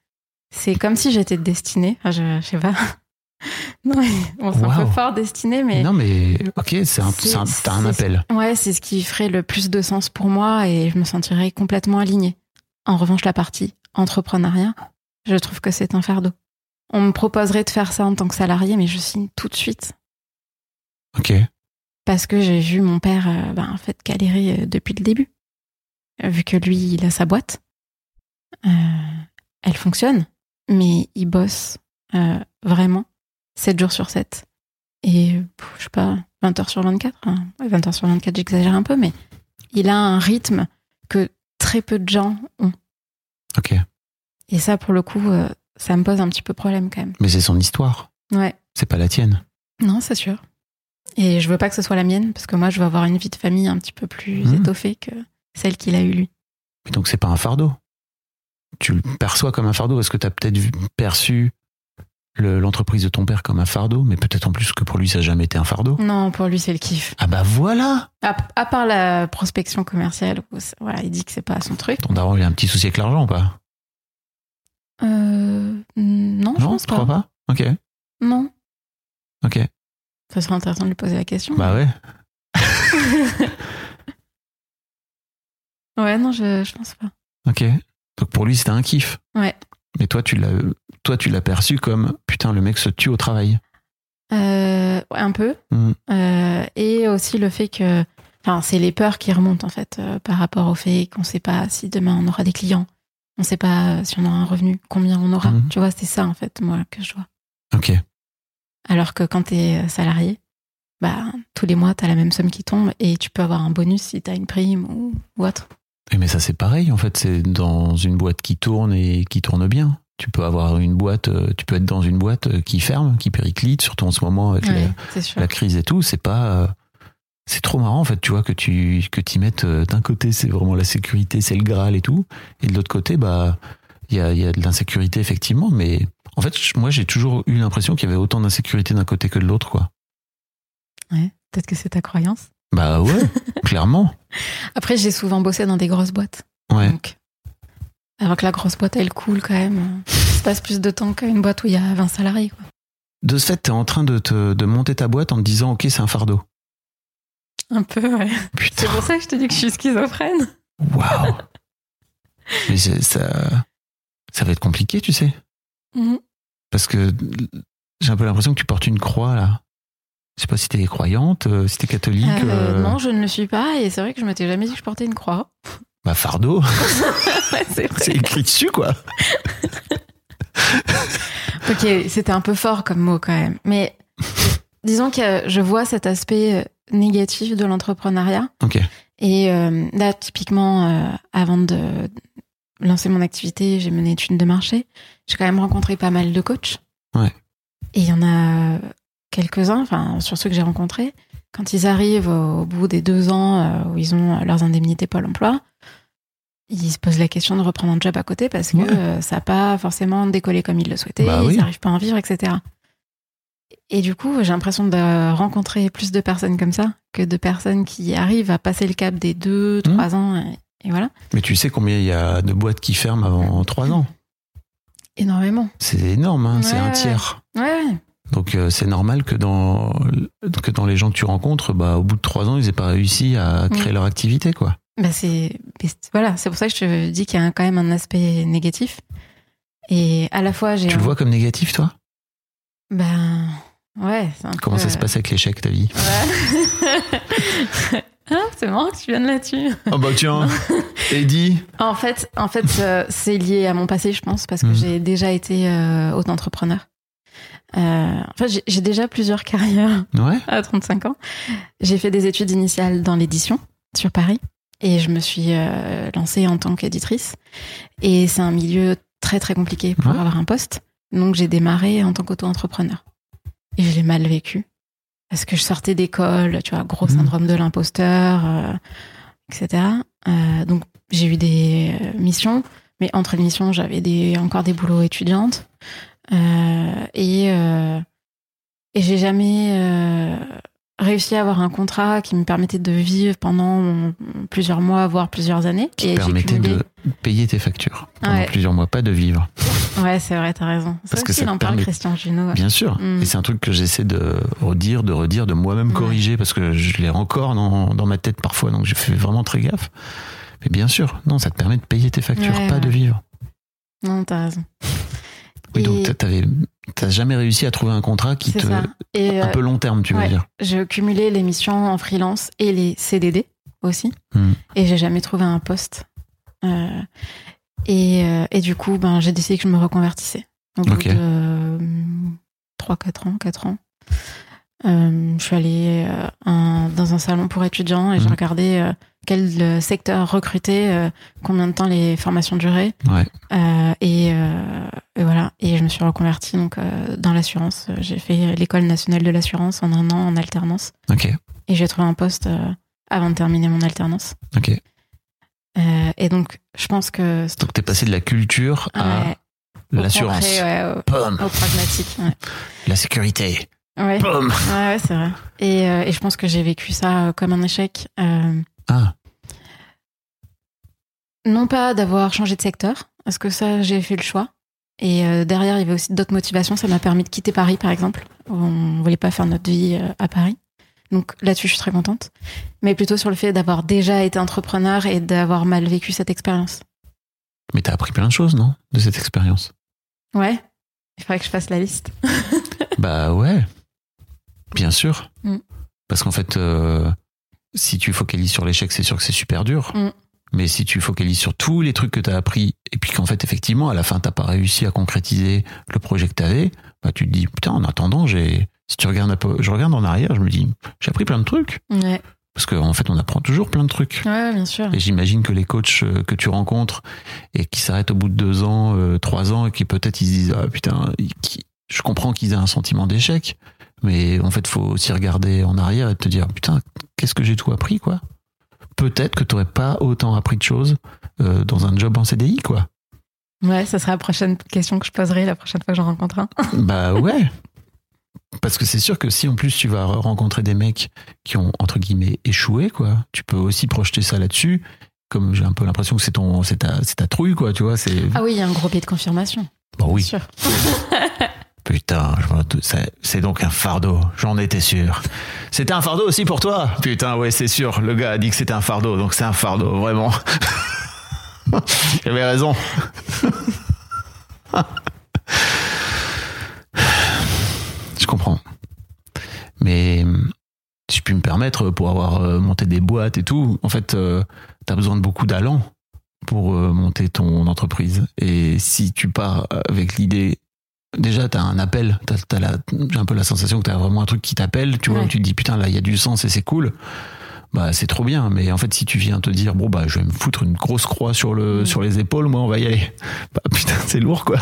Speaker 2: c'est comme si j'étais destinée. Enfin, je, je sais pas. non, mais on s'en
Speaker 4: Wow.
Speaker 2: peut fort destinée, mais
Speaker 4: Non, mais ok, c'est un,
Speaker 2: C'est-
Speaker 4: c'est un- t'as un
Speaker 2: c'est-
Speaker 4: appel.
Speaker 2: ouais, c'est ce qui ferait le plus de sens pour moi et je me sentirais complètement alignée. En revanche, la partie entrepreneuriat, je trouve que c'est un fardeau. On me proposerait de faire ça en tant que salarié, mais je signe tout de suite
Speaker 4: Ok.
Speaker 2: parce que j'ai vu mon père euh, ben, en fait galérer euh, depuis le début. Euh, Vu que lui, il a sa boîte, Euh, elle fonctionne, mais il bosse euh, vraiment 7 jours sur 7. Et euh, pff, je sais pas, 20 heures sur 24. hein. Ouais, 20 heures sur 24, j'exagère un peu, mais il a un rythme que très peu de gens ont.
Speaker 4: Ok.
Speaker 2: Et ça, pour le coup, euh, ça me pose un petit peu problème quand même.
Speaker 4: Mais c'est son histoire.
Speaker 2: Ouais.
Speaker 4: C'est pas la tienne.
Speaker 2: Non, c'est sûr. Et je veux pas que ce soit la mienne, parce que moi, je veux avoir une vie de famille un petit peu plus
Speaker 4: Mhm.
Speaker 2: étoffée que celle qu'il a eue lui.
Speaker 4: Mais donc c'est pas un fardeau. Tu le perçois comme un fardeau parce que t'as peut-être vu- perçu le- l'entreprise de ton père comme un fardeau, mais peut-être en plus que pour lui ça n'a jamais été un fardeau.
Speaker 2: Non, pour lui, c'est le kiff.
Speaker 4: Ah bah voilà
Speaker 2: À, à part la prospection commerciale, où c'est- voilà, il dit que c'est pas son truc.
Speaker 4: Ton daron il a un petit souci avec l'argent ou pas
Speaker 2: Euh, non, je
Speaker 4: Non,
Speaker 2: pense
Speaker 4: tu
Speaker 2: pas.
Speaker 4: crois pas Ok,
Speaker 2: Non.
Speaker 4: ok.
Speaker 2: Ça serait intéressant de lui poser la question.
Speaker 4: Bah ouais.
Speaker 2: Ouais, non, je, je pense pas.
Speaker 4: Ok. Donc pour lui c'était un kiff.
Speaker 2: Ouais.
Speaker 4: Mais toi tu l'as toi tu l'as perçu comme putain le mec se tue au travail.
Speaker 2: Euh, ouais, un peu.
Speaker 4: Mhm.
Speaker 2: Euh, et aussi le fait que. Enfin, c'est les peurs qui remontent, en fait, euh, par rapport au fait qu'on sait pas si demain on aura des clients, on sait pas euh, si on aura un revenu, combien on aura.
Speaker 4: Mhm.
Speaker 2: Tu vois, c'est ça, en fait, moi, que je vois.
Speaker 4: Ok.
Speaker 2: Alors que quand t'es euh, salarié, bah, tous les mois, t'as la même somme qui tombe et tu peux avoir un bonus si t'as une prime ou, ou autre.
Speaker 4: Eh, Mais ça, c'est pareil, en fait, c'est dans une boîte qui tourne et qui tourne bien. Tu peux avoir une boîte, euh, tu peux être dans une boîte euh, qui ferme, qui périclite, surtout en ce moment avec la-
Speaker 2: Ouais, c'est sûr.
Speaker 4: la, crise et tout. C'est pas, euh, c'est trop marrant, en fait, tu vois, que tu, que t'y mettes, euh, d'un côté, c'est vraiment la sécurité, c'est le Graal et tout. Et de l'autre côté, bah, il y a, il y a de l'insécurité, effectivement, mais En fait, je- moi, j'ai toujours eu l'impression qu'il y avait autant d'insécurité d'un côté que de l'autre, quoi.
Speaker 2: Ouais, peut-être que c'est ta croyance.
Speaker 4: Bah ouais, clairement.
Speaker 2: Après, j'ai souvent bossé dans des grosses boîtes.
Speaker 4: Ouais.
Speaker 2: Donc, alors que la grosse boîte, elle coule quand même. Il se passe plus de temps qu'une boîte où il y a 20 salariés. quoi.
Speaker 4: De ce fait, t'es en train de, te, de monter ta boîte en te disant, ok, c'est un fardeau.
Speaker 2: Un peu, ouais. C'est
Speaker 4: Putain,
Speaker 2: pour ça que je te dis que je suis schizophrène.
Speaker 4: waouh. Mais c'est- ça, ça va être compliqué, tu sais.
Speaker 2: Mhm.
Speaker 4: Parce que j'ai un peu l'impression que tu portes une croix, là. Je sais pas si t'es croyante, euh, si t'es catholique.
Speaker 2: Euh,
Speaker 4: euh,
Speaker 2: Non, je ne le suis pas. Et c'est vrai que je m'étais jamais dit que je portais une croix.
Speaker 4: Bah, fardeau,
Speaker 2: Ouais, c'est vrai.
Speaker 4: c'est écrit dessus, quoi.
Speaker 2: Ok, c'était un peu fort comme mot quand même. Mais disons que je vois cet aspect euh, négatif de l'entrepreneuriat.
Speaker 4: Ok.
Speaker 2: Et euh, là, typiquement, euh, avant de lancer mon activité, j'ai mené une étude de marché. J'ai quand même rencontré pas mal de coachs.
Speaker 4: Ouais.
Speaker 2: Et il y en a quelques-uns, enfin, sur ceux que j'ai rencontrés, quand ils arrivent au, au bout des deux ans euh, où ils ont leurs indemnités Pôle emploi, ils se posent la question de reprendre un job à côté parce que
Speaker 4: Ouais.
Speaker 2: euh, ça n'a pas forcément décollé comme ils le souhaitaient,
Speaker 4: Bah oui.
Speaker 2: ils n'arrivent pas à en vivre, etc. Et du coup, j'ai l'impression de rencontrer plus de personnes comme ça que de personnes qui arrivent à passer le cap des deux,
Speaker 4: Mhm.
Speaker 2: trois ans, et, et voilà.
Speaker 4: Mais tu sais combien il y a de boîtes qui ferment avant 3 ans.
Speaker 2: Énormément.
Speaker 4: C'est énorme, hein, c'est
Speaker 2: Ouais,
Speaker 4: un
Speaker 2: ouais.
Speaker 4: tiers.
Speaker 2: Ouais, ouais.
Speaker 4: Donc euh, c'est normal que dans, que dans les gens que tu rencontres, bah, au bout de 3 ans, ils n'aient pas réussi
Speaker 2: Mm.
Speaker 4: à créer leur activité, quoi.
Speaker 2: Bah, c'est, mais c'est- voilà, c'est pour ça que je te dis qu'il y a un- quand même un aspect négatif. Et à la fois, j'ai.
Speaker 4: Tu
Speaker 2: un-
Speaker 4: le vois comme négatif, toi
Speaker 2: Ben. Ouais, c'est un
Speaker 4: Comment
Speaker 2: peu-
Speaker 4: ça se passe avec l'échec, ta vie
Speaker 2: Ouais. Ah, c'est marrant que tu viennes là-dessus.
Speaker 4: Oh bah tiens, Eddie
Speaker 2: En fait, en fait euh, c'est lié à mon passé, je pense, parce que
Speaker 4: Mhm.
Speaker 2: j'ai déjà été euh, auto-entrepreneur. Euh, en fait, j'ai- j'ai déjà plusieurs carrières
Speaker 4: Ouais
Speaker 2: à 35 ans. J'ai fait des études initiales dans l'édition sur Paris et je me suis euh, lancée en tant qu'éditrice. Et c'est un milieu très très compliqué pour
Speaker 4: Ouais.
Speaker 2: avoir un poste. Donc j'ai démarré en tant qu'auto-entrepreneur. Et je l'ai mal vécu. Parce que je sortais d'école, tu vois, gros
Speaker 4: Mhm.
Speaker 2: syndrome de l'imposteur, euh, etc. Euh, donc j'ai eu des euh, missions, mais entre les missions, j'avais des, encore des boulots étudiantes. Euh, et euh, et j'ai jamais euh, réussi à avoir un contrat qui me permettait de vivre pendant mon- plusieurs mois, voire plusieurs années.
Speaker 4: Qui
Speaker 2: et
Speaker 4: te
Speaker 2: j'ai
Speaker 4: permettait
Speaker 2: cumulé-
Speaker 4: de payer tes factures pendant
Speaker 2: Ouais.
Speaker 4: plusieurs mois, pas de vivre.
Speaker 2: Ouais, c'est vrai, t'as raison.
Speaker 4: Parce
Speaker 2: ça
Speaker 4: que
Speaker 2: aussi,
Speaker 4: ça
Speaker 2: il en
Speaker 4: te
Speaker 2: parle,
Speaker 4: permet-
Speaker 2: Christian Junot.
Speaker 4: Bien sûr.
Speaker 2: Mm.
Speaker 4: Et c'est un truc que j'essaie de redire, de redire, de moi-même
Speaker 2: Ouais.
Speaker 4: corriger parce que je l'ai encore dans, dans ma tête parfois, donc je fais vraiment très gaffe. Mais bien sûr, non, ça te permet de payer tes factures,
Speaker 2: Ouais,
Speaker 4: pas de
Speaker 2: ouais.
Speaker 4: vivre.
Speaker 2: Non, t'as raison.
Speaker 4: Oui, donc
Speaker 2: Et-
Speaker 4: t'a- t'avais- t'as jamais réussi à trouver un contrat qui
Speaker 2: C'est
Speaker 4: te.
Speaker 2: ça. Et
Speaker 4: Un
Speaker 2: euh,
Speaker 4: peu long terme, tu veux
Speaker 2: ouais.
Speaker 4: dire.
Speaker 2: je cumulais les missions en freelance et les CDD aussi.
Speaker 4: Hmm.
Speaker 2: Et j'ai jamais trouvé un poste. Euh, et, euh, et du coup, ben, j'ai décidé que je me reconvertissais. Au bout
Speaker 4: Ok.
Speaker 2: de 3-4 ans, 4 ans. Euh, je suis allée euh, un- dans un salon pour étudiants et j'ai
Speaker 4: Hmm.
Speaker 2: regardé euh, quel euh, secteur recruter, euh, combien de temps les formations duraient.
Speaker 4: Ouais.
Speaker 2: Euh, et, euh, et voilà. Et je me suis reconvertie donc euh, dans l'assurance. J'ai fait l'école nationale de l'assurance en un an en alternance.
Speaker 4: Ok,
Speaker 2: Et j'ai trouvé un poste euh, avant de terminer mon alternance.
Speaker 4: ok.
Speaker 2: Euh, et donc, je pense que c'est
Speaker 4: Donc t'es passé de la culture à
Speaker 2: ouais, euh, au
Speaker 4: Ah, l'assurance.
Speaker 2: concret, ouais,
Speaker 4: Pomme.
Speaker 2: au, au pragmatique. Ouais,
Speaker 4: La sécurité.
Speaker 2: ouais,
Speaker 4: Pomme.
Speaker 2: ouais, ouais, c'est vrai. Et, euh, et je pense que j'ai vécu ça euh, comme un échec. Euh,
Speaker 4: Ah,
Speaker 2: non pas d'avoir changé de secteur, parce que ça, j'ai fait le choix. Et euh, derrière, il y avait aussi d'autres motivations. Ça m'a permis de quitter Paris, par exemple. On voulait pas faire notre vie euh, à Paris. Donc là-dessus, je suis très contente. Mais plutôt sur le fait d'avoir déjà été entrepreneur et d'avoir mal vécu cette expérience.
Speaker 4: mais t'as appris plein de choses, non De cette expérience.
Speaker 2: Ouais. Il faudrait que je fasse la liste.
Speaker 4: Bah ouais, bien sûr.
Speaker 2: Mm.
Speaker 4: Parce qu'en fait, euh, si tu focalises sur l'échec, c'est sûr que c'est super dur.
Speaker 2: Mm.
Speaker 4: Mais si tu focalises sur tous les trucs que tu as appris, et puis qu'en fait, effectivement, à la fin, t'as pas réussi à concrétiser le projet que tu avais, bah, tu te dis, putain, en attendant, j'ai. Si tu regardes un peu, je regarde en arrière, je me dis, j'ai appris plein de trucs.
Speaker 2: Ouais.
Speaker 4: Parce qu'en en fait, on apprend toujours plein de trucs.
Speaker 2: Ouais, bien sûr.
Speaker 4: Et j'imagine que les coachs euh, que tu rencontres et qui s'arrêtent au bout de deux ans, euh, trois ans, et qui peut-être ils se disent ah putain, ils- qui- je comprends qu'ils aient un sentiment d'échec, mais en fait faut aussi regarder en arrière et te dire putain qu'est-ce que j'ai tout appris quoi. Peut-être que t'aurais pas autant appris de choses euh, dans un job en CDI quoi.
Speaker 2: Ouais, ça sera la prochaine question que je poserai la prochaine fois que j'en rencontre un.
Speaker 4: Bah ouais. Parce que c'est sûr que si en plus tu vas rencontrer des mecs qui ont entre guillemets échoué, quoi, tu peux aussi projeter ça là-dessus. Comme j'ai un peu l'impression que c'est ton, c'est ta, c'est ta trouille, quoi, tu vois. C'est
Speaker 2: Ah oui, il y a un gros biais de confirmation.
Speaker 4: bon oui.
Speaker 2: Sûr.
Speaker 4: Putain, je vois tout- ça- c'est donc un fardeau. J'en étais sûr. C'était un fardeau aussi pour toi. Putain, ouais, c'est sûr. Le gars a dit que c'était un fardeau, donc c'est un fardeau, vraiment. J'avais raison. je comprends. Mais hum, si je puis me permettre, pour avoir euh, monté des boîtes et tout, en fait, euh, t'as besoin de beaucoup d'allant pour euh, monter ton entreprise. Et si tu pars avec l'idée déjà t'as un appel t'as, t'as la- j'ai un peu la sensation que t'as vraiment un truc qui t'appelle tu vois
Speaker 2: Ouais.
Speaker 4: où tu te dis putain là il y a du sens et c'est cool bah c'est trop bien mais en fait si tu viens te dire bon bah je vais me foutre une grosse croix sur le
Speaker 2: Mm.
Speaker 4: sur les épaules moi on va y aller bah putain c'est lourd quoi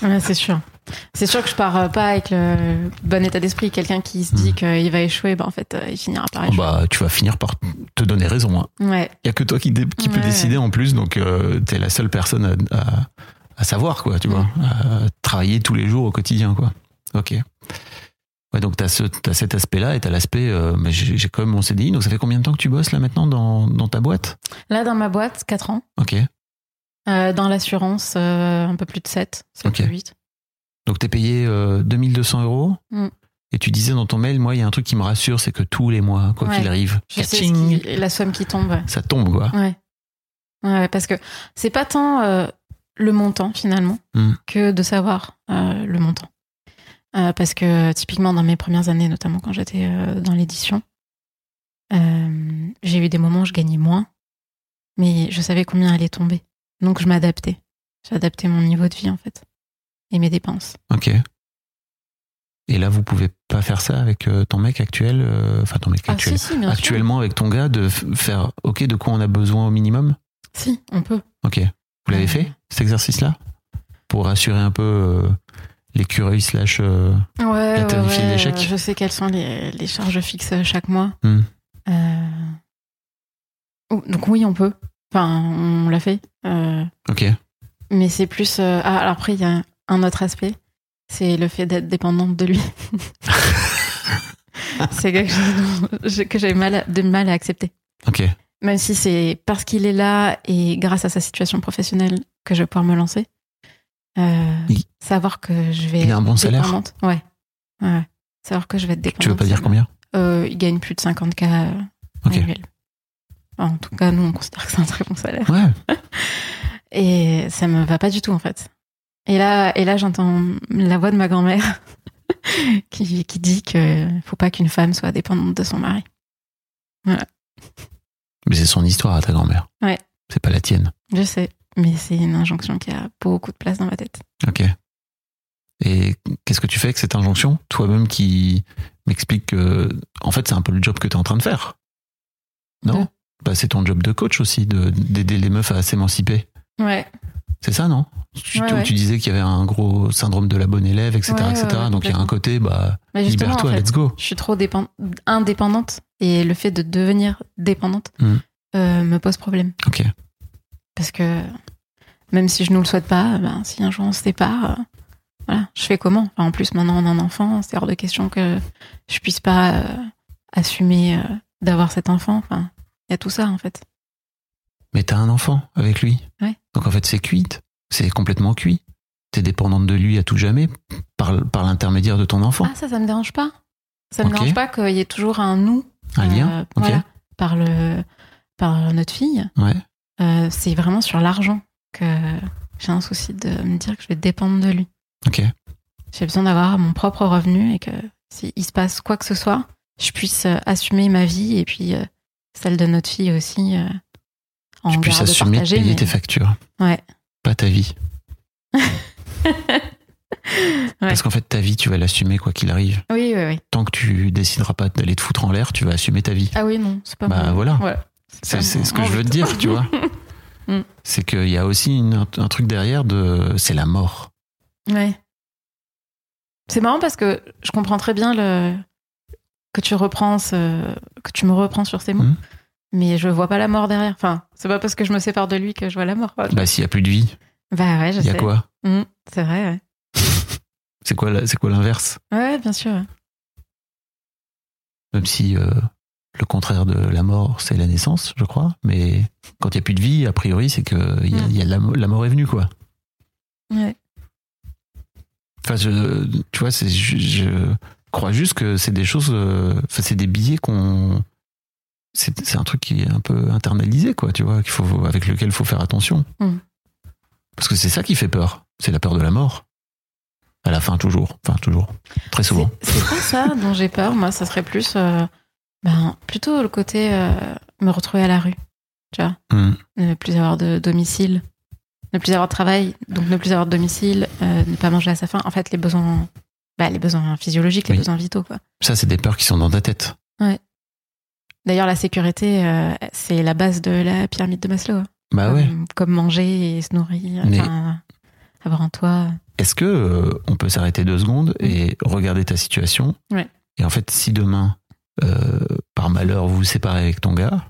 Speaker 2: Ouais, c'est sûr. C'est sûr que je pars euh, pas avec le bon état d'esprit. Quelqu'un qui se dit qu'il va échouer, bah, en fait, euh, il finira par échouer.
Speaker 4: Hmm. bah tu vas finir par te donner raison hein. il
Speaker 2: Ouais.
Speaker 4: y a que toi qui, dé- qui peut
Speaker 2: Ouais.
Speaker 4: décider en plus donc euh, t'es la seule personne à, à, à savoir quoi tu vois
Speaker 2: Mm.
Speaker 4: à travailler tous les jours au quotidien quoi ok Ouais, donc t'as ce, t'as cet aspect-là et t'as l'aspect, euh, mais j'ai j'ai quand même mon CDI, donc ça fait combien de temps que tu bosses là maintenant dans, dans ta boîte
Speaker 2: Là, dans ma boîte, 4 ans.
Speaker 4: Ok.
Speaker 2: Euh, dans l'assurance, euh, un peu plus de 7, 7
Speaker 4: Ok.
Speaker 2: ou 8.
Speaker 4: Donc t'es payé euh, 2200 euros
Speaker 2: Mm.
Speaker 4: et tu disais dans ton mail, moi il y a un truc qui me rassure, c'est que tous les mois, quoi
Speaker 2: Ouais.
Speaker 4: qu'il arrive,
Speaker 2: Je sais
Speaker 4: catching,
Speaker 2: ce qui- la somme qui tombe. ouais.
Speaker 4: ça tombe quoi.
Speaker 2: Ouais. Ouais, parce que c'est pas tant euh, le montant finalement
Speaker 4: Mm.
Speaker 2: que de savoir euh, le montant. Euh, parce que typiquement dans mes premières années, notamment quand j'étais euh, dans l'édition, euh, j'ai eu des moments où je gagnais moins, mais je savais combien allait tomber. Donc je m'adaptais. J'adaptais mon niveau de vie en fait et mes dépenses.
Speaker 4: Ok. Et là vous pouvez pas faire ça avec euh, ton mec actuel, euh, enfin ton mec
Speaker 2: Ah
Speaker 4: actuel,
Speaker 2: si, si, bien sûr.
Speaker 4: actuellement avec ton gars de f- faire, ok, de quoi on a besoin au minimum
Speaker 2: Si, on peut.
Speaker 4: Ok. Vous l'avez
Speaker 2: Ouais.
Speaker 4: fait cet exercice-là pour assurer un peu euh, l'écueil slash. euh,
Speaker 2: Ouais, ouais,
Speaker 4: tarifie
Speaker 2: ouais,
Speaker 4: l'échec.
Speaker 2: euh, Je sais quelles sont les, les charges fixes chaque mois.
Speaker 4: Hmm.
Speaker 2: Euh, oh, Donc oui, on peut. Enfin, on l'a fait. Euh,
Speaker 4: Ok.
Speaker 2: Mais c'est plus... euh, Ah, alors après, il y a un autre aspect. C'est le fait d'être dépendante de lui. c'est quelque chose dont je- que j'avais mal à- de mal à accepter.
Speaker 4: Ok.
Speaker 2: Même si c'est parce qu'il est là et grâce à sa situation professionnelle que je vais pouvoir me lancer. Euh,
Speaker 4: Il-
Speaker 2: savoir que je vais...
Speaker 4: Il a un bon salaire
Speaker 2: Dépendante, Ouais. Ouais, ouais. Savoir que je vais être dépendante.
Speaker 4: Tu veux pas dire
Speaker 2: c'est-
Speaker 4: combien
Speaker 2: Euh, Il gagne plus de 50K euh,
Speaker 4: Ok.
Speaker 2: annuel. Enfin, en tout cas, nous, on considère que c'est un très bon salaire.
Speaker 4: Ouais.
Speaker 2: Et ça me va pas du tout, en fait. Et là, et là j'entends la voix de ma grand-mère qui, qui dit que faut pas qu'une femme soit dépendante de son mari.
Speaker 4: Mais c'est son histoire à ta grand-mère.
Speaker 2: Ouais.
Speaker 4: C'est pas la tienne.
Speaker 2: Je sais, mais c'est une injonction qui a beaucoup de place dans ma tête.
Speaker 4: Ok. Et qu'est-ce que tu fais avec cette injonction Toi-même qui m'explique que, en fait, c'est un peu le job que tu es en train de faire. Non
Speaker 2: Ouais.
Speaker 4: Bah, C'est ton job de coach aussi, de- d'aider les meufs à s'émanciper.
Speaker 2: Ouais,
Speaker 4: C'est ça, non tu,
Speaker 2: Ouais,
Speaker 4: tu-
Speaker 2: ouais.
Speaker 4: tu disais qu'il y avait un gros syndrome de la bonne élève, etc.
Speaker 2: Ouais, ouais,
Speaker 4: etc.
Speaker 2: ouais,
Speaker 4: Donc il y a un
Speaker 2: complètement.
Speaker 4: côté, bah,
Speaker 2: mais justement, en
Speaker 4: libère-toi,
Speaker 2: fait,
Speaker 4: let's go.
Speaker 2: je suis trop dépend- indépendante et le fait de devenir dépendante
Speaker 4: Hmm.
Speaker 2: euh, me pose problème.
Speaker 4: Ok.
Speaker 2: Parce que même si je ne le souhaite pas, ben, si un jour on se sépare, euh, voilà, je fais comment Enfin, En plus, maintenant on a un enfant, c'est hors de question que je puisse pas euh, assumer euh, d'avoir cet enfant. Enfin, il y a tout ça en fait.
Speaker 4: Mais t'as un enfant avec lui.
Speaker 2: Ouais.
Speaker 4: Donc en fait, c'est cuite. C'est complètement cuit. T'es dépendante de lui à tout jamais par, par l'intermédiaire de ton enfant.
Speaker 2: Ah, ça, ça me dérange pas. Ça me
Speaker 4: Ok.
Speaker 2: dérange pas qu'il y ait toujours un nous.
Speaker 4: un lien.
Speaker 2: euh,
Speaker 4: ok.
Speaker 2: voilà, par, le, par notre fille.
Speaker 4: Ouais.
Speaker 2: Euh, c'est vraiment sur l'argent que j'ai un souci de me dire que je vais dépendre de lui.
Speaker 4: Ok.
Speaker 2: J'ai besoin d'avoir mon propre revenu et que s'il se passe quoi que ce soit, je puisse euh, assumer ma vie et puis euh, celle de notre fille aussi. euh, en
Speaker 4: tu puisses
Speaker 2: garde
Speaker 4: assumer de
Speaker 2: partagée,
Speaker 4: payer
Speaker 2: mais-
Speaker 4: tes factures.
Speaker 2: Ouais.
Speaker 4: Pas ta vie.
Speaker 2: Ouais.
Speaker 4: Parce qu'en fait, ta vie, tu vas l'assumer quoi qu'il arrive.
Speaker 2: Oui, oui, oui.
Speaker 4: Tant que tu décideras pas d'aller te foutre en l'air, tu vas assumer ta vie.
Speaker 2: Ah oui, non, c'est pas
Speaker 4: Bah,
Speaker 2: mon-
Speaker 4: voilà.
Speaker 2: pas
Speaker 4: C'est c'est
Speaker 2: mon-
Speaker 4: ce que
Speaker 2: mon
Speaker 4: je veux te
Speaker 2: but.
Speaker 4: dire, tu vois.
Speaker 2: Mm.
Speaker 4: C'est qu'il y a aussi une- un truc derrière de. C'est la mort.
Speaker 2: Ouais. C'est marrant parce que je comprends très bien le que tu reprends ce- que tu me reprends sur ces mots,
Speaker 4: Mhm.
Speaker 2: mais je vois pas la mort derrière. Enfin, c'est pas parce que je me sépare de lui que je vois la mort.
Speaker 4: Bah, s'il y a plus de vie,
Speaker 2: Bah ouais, je
Speaker 4: Il y a
Speaker 2: sais.
Speaker 4: quoi
Speaker 2: Mm, c'est vrai, ouais.
Speaker 4: C'est quoi la- c'est quoi l'inverse
Speaker 2: Ouais, ouais, bien sûr.
Speaker 4: Même si euh, le contraire de la mort, c'est la naissance, je crois. Mais quand il n'y a plus de vie, a priori, c'est que il y a-
Speaker 2: Mm.
Speaker 4: il y a la, mo- la mort est venue, quoi.
Speaker 2: Ouais.
Speaker 4: Enfin, je- tu vois, c'est ju- je, crois juste que c'est des choses. euh, Enfin, c'est des billets qu'on. C'est c'est un truc qui est un peu internalisé, quoi, tu vois, qu'il faut, avec lequel il faut faire attention.
Speaker 2: Mm.
Speaker 4: Parce que c'est ça qui fait peur. C'est la peur de la mort. À la fin, toujours. Enfin, toujours. Très souvent.
Speaker 2: C'est c'est pas ça dont j'ai peur, moi, ça serait plus euh, ben, plutôt le côté euh, me retrouver à la rue,
Speaker 4: Mm.
Speaker 2: ne plus avoir de domicile, ne plus avoir de travail, donc ne plus avoir de domicile, euh, ne pas manger à sa faim. En fait, les besoins, bah, les besoins physiologiques, les
Speaker 4: Oui.
Speaker 2: besoins vitaux, quoi.
Speaker 4: Ça, c'est des peurs qui sont dans ta tête.
Speaker 2: D'ailleurs, la sécurité, euh, c'est la base de la pyramide de Maslow. hein.
Speaker 4: Bah
Speaker 2: comme,
Speaker 4: ouais.
Speaker 2: comme manger et se nourrir,
Speaker 4: Mais-
Speaker 2: enfin, avoir un toit.
Speaker 4: Est-ce que euh, on peut s'arrêter deux secondes et regarder ta situation
Speaker 2: Mm. Ouais.
Speaker 4: Et en fait, si demain, euh, par malheur, vous vous séparez avec ton gars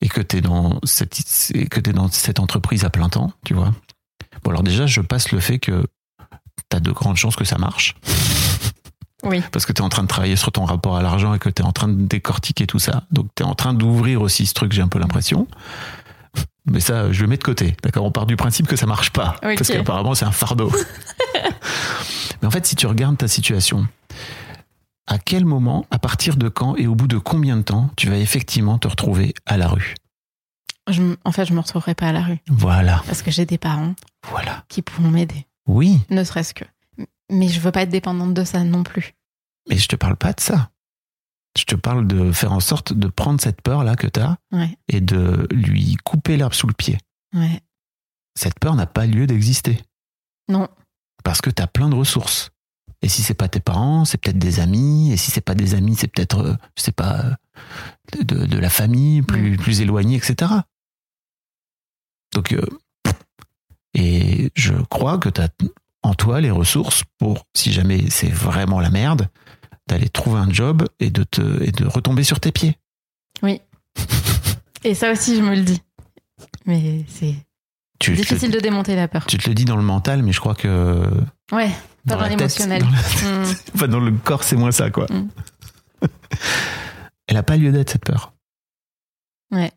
Speaker 4: et que t'es dans cette et que t'es dans cette entreprise à plein temps, tu vois Bon, alors déjà, je passe le fait que t'as de grandes chances que ça marche
Speaker 2: Oui.
Speaker 4: parce que t'es en train de travailler sur ton rapport à l'argent et que t'es en train de décortiquer tout ça. Donc t'es en train d'ouvrir aussi ce truc, j'ai un peu l'impression. Mais ça, je le mets de côté. D'accord, on part du principe que ça marche pas
Speaker 2: Ok.
Speaker 4: parce qu'apparemment c'est un fardeau. Mais en fait, si tu regardes ta situation, à quel moment, à partir de quand et au bout de combien de temps tu vas effectivement te retrouver à la rue
Speaker 2: Je m- en fait, je me retrouverai pas à la rue
Speaker 4: Voilà,
Speaker 2: parce que j'ai des parents
Speaker 4: voilà.
Speaker 2: qui pourront m'aider,
Speaker 4: Oui,
Speaker 2: ne serait-ce que. M- Mais je veux pas être dépendante de ça non plus.
Speaker 4: mais je te parle pas de ça. Je te parle de faire en sorte de prendre cette peur là que t'as
Speaker 2: Ouais,
Speaker 4: et de lui couper l'herbe sous le pied.
Speaker 2: ouais.
Speaker 4: Cette peur n'a pas lieu d'exister.
Speaker 2: Non.
Speaker 4: parce que tu as plein de ressources. Et si c'est pas tes parents, c'est peut-être des amis. Et si c'est pas des amis, c'est peut-être, euh, je sais pas, euh, de, de- de la famille plus, plus éloignée, etc. Donc, euh, et je crois que tu as en toi les ressources pour, si jamais c'est vraiment la merde, d'aller trouver un job et de, te, et de retomber sur tes pieds.
Speaker 2: Et ça aussi, je me le dis. Mais c'est
Speaker 4: Tu, te-
Speaker 2: difficile de démonter la peur.
Speaker 4: tu te le dis dans le mental, mais je crois que
Speaker 2: Ouais,
Speaker 4: dans,
Speaker 2: pas dans,
Speaker 4: la tête,
Speaker 2: l'émotionnel.
Speaker 4: dans la-
Speaker 2: Mm.
Speaker 4: Enfin, dans le corps, c'est moins ça, quoi.
Speaker 2: Mm.
Speaker 4: Elle n'a pas lieu d'être, cette peur.
Speaker 2: Ouais.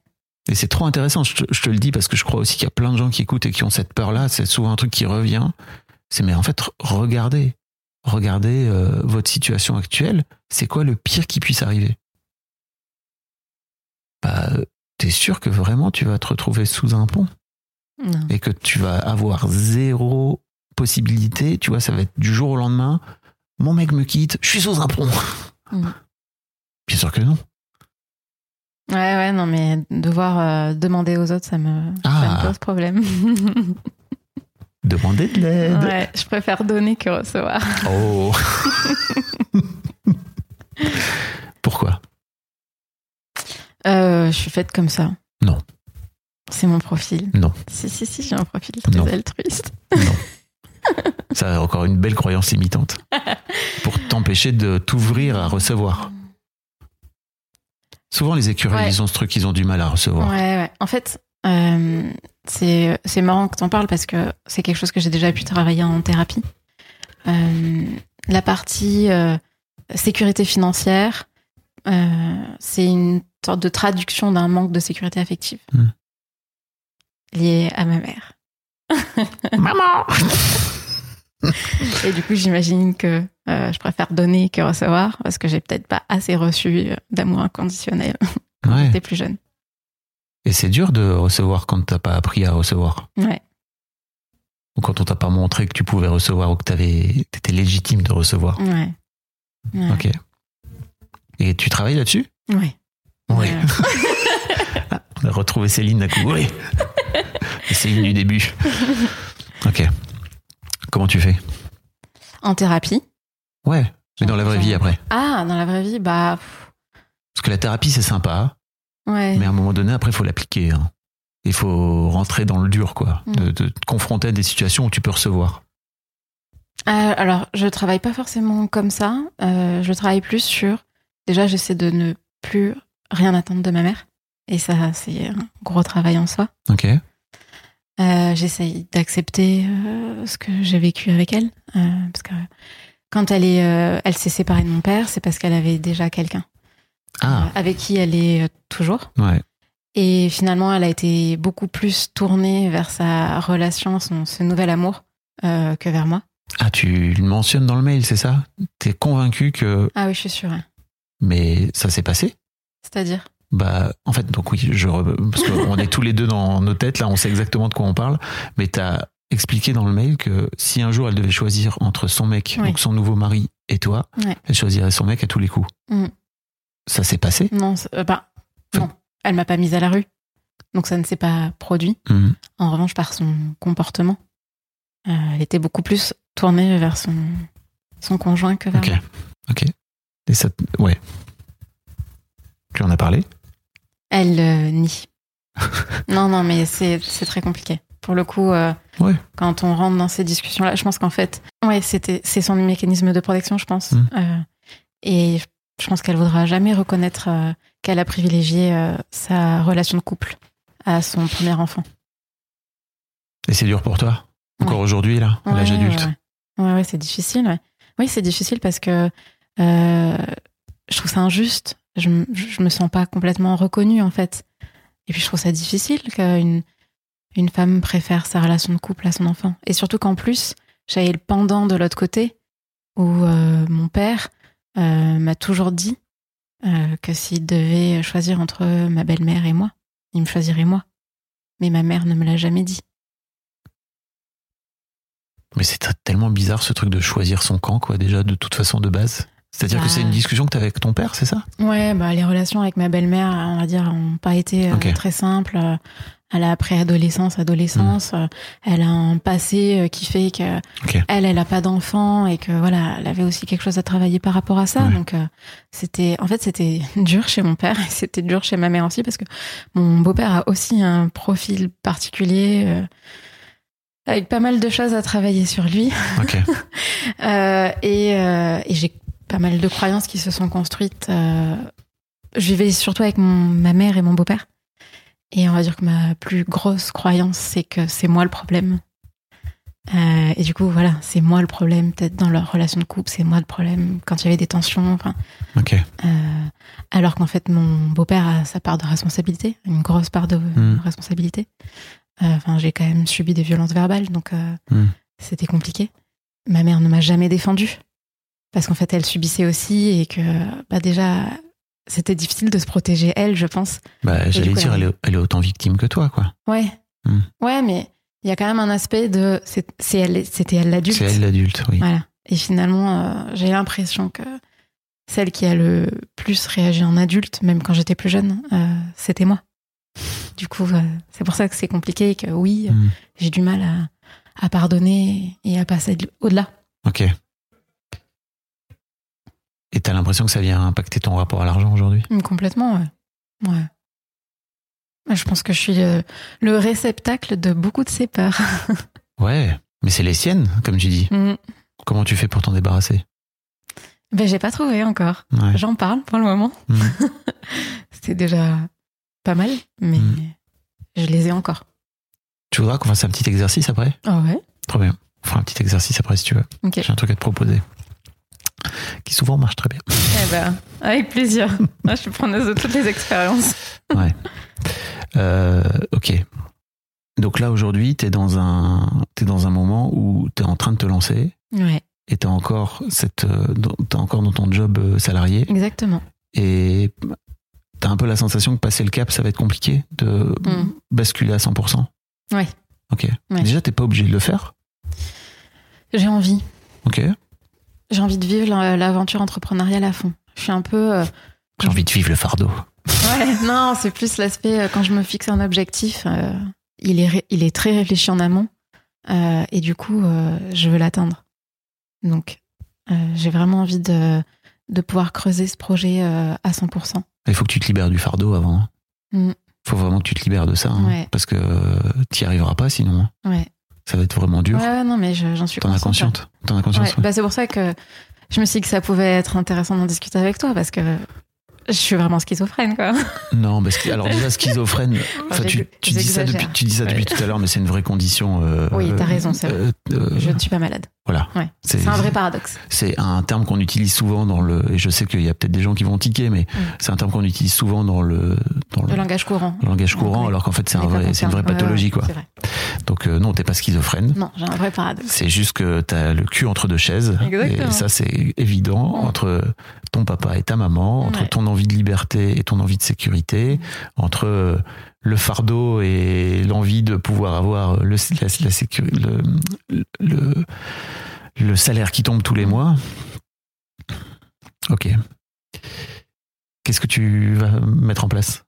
Speaker 4: Et c'est trop intéressant, je te, je te le dis, parce que je crois aussi qu'il y a plein de gens qui écoutent et qui ont cette peur-là. C'est souvent un truc qui revient. C'est, mais en fait, regardez. Regardez euh, votre situation actuelle. C'est quoi le pire qui puisse arriver Bah, euh, t'es sûr que vraiment tu vas te retrouver sous un pont
Speaker 2: Non.
Speaker 4: et que tu vas avoir zéro possibilité, tu vois, ça va être du jour au lendemain, mon mec me quitte, je suis sous un pont.
Speaker 2: Mm.
Speaker 4: Bien sûr que non.
Speaker 2: Ouais, ouais, non, mais devoir euh, demander aux autres, ça me, ça
Speaker 4: Ah.
Speaker 2: me pose problème.
Speaker 4: Demandez de l'aide.
Speaker 2: ouais, je préfère donner que recevoir.
Speaker 4: Oh. Pourquoi
Speaker 2: Euh, je suis faite comme ça.
Speaker 4: Non.
Speaker 2: C'est mon profil.
Speaker 4: Non.
Speaker 2: Si, si, si, j'ai un profil très
Speaker 4: Non.
Speaker 2: altruiste.
Speaker 4: Ça a encore une belle croyance limitante pour t'empêcher de t'ouvrir à recevoir. Souvent les écureuils,
Speaker 2: Ouais.
Speaker 4: ils ont ce truc, ils ont du mal à recevoir.
Speaker 2: Ouais, ouais. En fait, euh, c'est c'est marrant que t'en parles parce que c'est quelque chose que j'ai déjà pu travailler en thérapie. Euh, la partie euh, sécurité financière, euh, c'est une sorte de traduction d'un manque de sécurité affective
Speaker 4: Hmm.
Speaker 2: lié à ma mère.
Speaker 4: Maman
Speaker 2: Et du coup, j'imagine que euh, je préfère donner que recevoir parce que j'ai peut-être pas assez reçu euh, d'amour inconditionnel quand
Speaker 4: Ouais.
Speaker 2: j'étais plus jeune.
Speaker 4: Et c'est dur de recevoir quand t'as pas appris à recevoir.
Speaker 2: Ouais.
Speaker 4: ou quand on t'a pas montré que tu pouvais recevoir ou que t'avais- t'étais légitime de recevoir.
Speaker 2: Ouais. Ouais.
Speaker 4: Ok. Et tu travailles là-dessus
Speaker 2: Ouais.
Speaker 4: Oui.
Speaker 2: Euh,
Speaker 4: On a retrouvé Céline d'un coup. Oui. Et Céline du début. Ok. Comment tu fais
Speaker 2: en thérapie.
Speaker 4: Ouais. Mais dans la vraie vie après.
Speaker 2: Ah, dans la vraie vie, bah pff,
Speaker 4: Parce que la thérapie, c'est sympa.
Speaker 2: ouais.
Speaker 4: Mais à un moment donné, après, il faut l'appliquer. hein. Il faut rentrer dans le dur, quoi.
Speaker 2: Mm.
Speaker 4: De, de te confronter à des situations où tu peux recevoir.
Speaker 2: Euh, alors, je travaille pas forcément comme ça. Euh, je travaille plus sur. Déjà, j'essaie de ne plus rien attendre de ma mère. Et ça, c'est un gros travail en soi.
Speaker 4: Ok.
Speaker 2: Euh, J'essaye d'accepter euh, ce que j'ai vécu avec elle. euh, parce que quand elle est, euh, elle s'est séparée de mon père, c'est parce qu'elle avait déjà quelqu'un
Speaker 4: Ah,
Speaker 2: euh, avec qui elle est euh, toujours.
Speaker 4: ouais.
Speaker 2: Et finalement, elle a été beaucoup plus tournée vers sa relation, son, ce nouvel amour, euh, que vers moi.
Speaker 4: Ah, tu le mentionnes dans le mail, c'est ça T'es convaincu que.
Speaker 2: Ah oui, je suis sûre. hein.
Speaker 4: Mais ça s'est passé
Speaker 2: C'est-à-dire
Speaker 4: Bah, en fait, donc oui, je re- parce qu'on est tous les deux dans nos têtes, là, on sait exactement de quoi on parle, mais t'as expliqué dans le mail que si un jour elle devait choisir entre son mec,
Speaker 2: Oui.
Speaker 4: donc son nouveau mari, et toi,
Speaker 2: Ouais.
Speaker 4: elle choisirait son mec à tous les coups.
Speaker 2: Mhm.
Speaker 4: Ça s'est passé
Speaker 2: Non, c'est- euh, bah, non. Elle m'a pas mise à la rue. Donc ça ne s'est pas produit.
Speaker 4: Mhm.
Speaker 2: En revanche, par son comportement, euh, elle était beaucoup plus tournée vers son, son conjoint que vers
Speaker 4: Ok.
Speaker 2: moi.
Speaker 4: Ok. Et ça, t- ouais. Tu en as parlé
Speaker 2: Elle euh, nie. non, non, mais c'est c'est très compliqué. Pour le coup, euh,
Speaker 4: Ouais.
Speaker 2: quand on rentre dans ces discussions-là, je pense qu'en fait, ouais, c'était c'est son mécanisme de protection, je pense.
Speaker 4: Mhm.
Speaker 2: Euh, et je pense qu'elle voudra jamais reconnaître euh, qu'elle a privilégié euh, sa relation de couple à son premier enfant.
Speaker 4: Et c'est dur pour toi Encore aujourd'hui, là, à
Speaker 2: Ouais,
Speaker 4: l'âge adulte
Speaker 2: Ouais, ouais, Ouais, ouais, c'est difficile. ouais. Oui, c'est difficile parce que euh, je trouve ça injuste. Je, m- je me sens pas complètement reconnue en fait. Et puis je trouve ça difficile qu'une une femme préfère sa relation de couple à son enfant. Et surtout qu'en plus, j'avais le pendant de l'autre côté où euh, mon père euh, m'a toujours dit euh, que s'il devait choisir entre ma belle-mère et moi, il me choisirait moi. Mais ma mère ne me l'a jamais dit.
Speaker 4: Mais c'est t- tellement bizarre ce truc de choisir son camp, quoi, déjà, de toute façon, de base. C'est-à-dire que
Speaker 2: Bah.
Speaker 4: c'est une discussion que t'as avec ton père, c'est ça
Speaker 2: Ouais, bah, les relations avec ma belle-mère, on va dire, n'ont pas été euh,
Speaker 4: Ok.
Speaker 2: très simples. Euh, Elle a préadolescence, adolescence. euh, Elle a un passé euh, qui fait que
Speaker 4: Hmm. Ok.
Speaker 2: elle, elle a pas d'enfant et que voilà, elle avait aussi quelque chose à travailler par rapport à ça.
Speaker 4: Ouais.
Speaker 2: Donc euh, c'était, en fait, c'était dur chez mon père et c'était dur chez ma mère aussi parce que mon beau-père a aussi un profil particulier euh, avec pas mal de choses à travailler sur lui.
Speaker 4: Ok.
Speaker 2: Euh, et euh, et j'ai pas mal de croyances qui se sont construites. euh, je vivais surtout avec mon, ma mère et mon beau-père. Et on va dire que ma plus grosse croyance, c'est que c'est moi le problème. Euh, et du coup, voilà, c'est moi le problème. Peut-être dans leur relation de couple, c'est moi le problème. Quand il y avait des tensions, enfin,
Speaker 4: ok.
Speaker 2: euh, alors qu'en fait, mon beau-père a sa part de responsabilité, une grosse part de
Speaker 4: Mm.
Speaker 2: responsabilité. Euh, Enfin, j'ai quand même subi des violences verbales, donc euh,
Speaker 4: Mm.
Speaker 2: c'était compliqué. Ma mère ne m'a jamais défendue parce qu'en fait, elle subissait aussi et que bah, déjà, c'était difficile de se protéger elle, je pense.
Speaker 4: Bah, j'allais
Speaker 2: coup,
Speaker 4: dire,
Speaker 2: elle-
Speaker 4: elle est, elle est autant victime que toi, quoi.
Speaker 2: Ouais,
Speaker 4: Mm.
Speaker 2: ouais, mais il y a quand même un aspect de c'est c'est elle, c'était elle l'adulte.
Speaker 4: C'est elle l'adulte, oui.
Speaker 2: Voilà. Et finalement, euh, j'ai l'impression que celle qui a le plus réagi en adulte, même quand j'étais plus jeune, euh, c'était moi. Du coup, euh, c'est pour ça que c'est compliqué et que oui, euh,
Speaker 4: Hmm.
Speaker 2: j'ai du mal à, à pardonner et à passer de- au-delà.
Speaker 4: Ok. Et t'as l'impression que ça vient impacter ton rapport à l'argent aujourd'hui
Speaker 2: Mm, Complètement, ouais. Ouais. Ouais, Je pense que je suis euh, le réceptacle de beaucoup de ces peurs.
Speaker 4: Ouais. Mais c'est les siennes, comme tu dis.
Speaker 2: Mm.
Speaker 4: Comment tu fais pour t'en débarrasser
Speaker 2: Ben, j'ai pas trouvé encore.
Speaker 4: Ouais.
Speaker 2: J'en parle pour le moment.
Speaker 4: Mm.
Speaker 2: C'était déjà pas mal, mais
Speaker 4: Mm.
Speaker 2: je les ai encore.
Speaker 4: Tu voudras qu'on fasse un petit exercice après
Speaker 2: Ah ouais
Speaker 4: Trop bien. On fera un petit exercice après si tu veux.
Speaker 2: Ok.
Speaker 4: J'ai un truc à te proposer. Qui souvent marche très bien.
Speaker 2: Eh ben, avec plaisir. Moi, je suis preneuse de toutes les expériences.
Speaker 4: Euh, ok. Donc là, aujourd'hui, t'es dans un, t'es dans un moment où t'es en train de te lancer
Speaker 2: Ouais,
Speaker 4: et t'es encore cette, euh, dans- t'es encore dans ton job euh, salarié
Speaker 2: exactement.
Speaker 4: et t'as un peu la sensation que passer le cap, ça va être compliqué de
Speaker 2: Mm.
Speaker 4: basculer à 100%.
Speaker 2: Ouais.
Speaker 4: Ok.
Speaker 2: Ouais.
Speaker 4: Déjà, t'es pas obligé de le faire.
Speaker 2: J'ai envie.
Speaker 4: Ok.
Speaker 2: J'ai envie de vivre l'en- l'aventure entrepreneuriale à fond. Je suis un peu. euh,
Speaker 4: J'ai envie de vivre le fardeau.
Speaker 2: Ouais, non, c'est plus l'aspect euh, quand je me fixe un objectif, euh, il, est ré- il est très réfléchi en amont euh, et du coup, euh, je veux l'atteindre. Donc, euh, j'ai vraiment envie de, de pouvoir creuser ce projet euh, à 100%.
Speaker 4: Il faut que tu te libères du fardeau avant. hein.
Speaker 2: Mm.
Speaker 4: faut vraiment que tu te libères de ça. hein,
Speaker 2: Ouais.
Speaker 4: Parce que tu n'y arriveras pas sinon. hein.
Speaker 2: Ouais.
Speaker 4: Ça va être vraiment dur.
Speaker 2: Ouais, ouais, non, mais je- j'en suis
Speaker 4: T'en as
Speaker 2: consciente.
Speaker 4: consciente. T'en as conscience.
Speaker 2: Ouais, bah, c'est pour ça que je me suis dit que ça pouvait être intéressant d'en discuter avec toi parce que je suis vraiment schizophrène, quoi.
Speaker 4: Non, parce que alors déjà schizophrène. enfin, tu, tu dis ça
Speaker 2: j'exagère.
Speaker 4: depuis, tu dis ça depuis tout à l'heure, mais c'est une vraie condition. euh,
Speaker 2: Oui, t'as raison, c'est
Speaker 4: euh, euh,
Speaker 2: Je ne suis pas malade.
Speaker 4: Voilà.
Speaker 2: Ouais.
Speaker 4: C'est-
Speaker 2: C'est un vrai paradoxe.
Speaker 4: C'est un terme qu'on utilise souvent dans le. Et je sais qu'il y a peut-être des gens qui vont tiquer, mais c'est un terme qu'on utilise souvent dans le dans le,
Speaker 2: Mm. Le langage courant.
Speaker 4: langage
Speaker 2: On
Speaker 4: courant,
Speaker 2: connaît.
Speaker 4: alors qu'en fait c'est
Speaker 2: On
Speaker 4: un
Speaker 2: est
Speaker 4: vrai,
Speaker 2: comme
Speaker 4: c'est une
Speaker 2: ça.
Speaker 4: vraie
Speaker 2: Ouais, ouais,
Speaker 4: pathologie quoi.
Speaker 2: C'est vrai.
Speaker 4: Donc euh, non, t'es pas schizophrène.
Speaker 2: Non, j'ai un vrai paradoxe.
Speaker 4: C'est juste que t'as le cul entre deux chaises.
Speaker 2: Exactement.
Speaker 4: Et ça, c'est évident
Speaker 2: Ouais.
Speaker 4: entre ton papa et ta maman, entre
Speaker 2: Ouais. Mm.
Speaker 4: ton envie de liberté et ton envie de sécurité, entre euh, le fardeau et l'envie de pouvoir avoir le, la, la sécu- le, le, le salaire qui tombe tous
Speaker 2: Mm.
Speaker 4: les mois. Ok. Qu'est-ce que tu vas mettre en place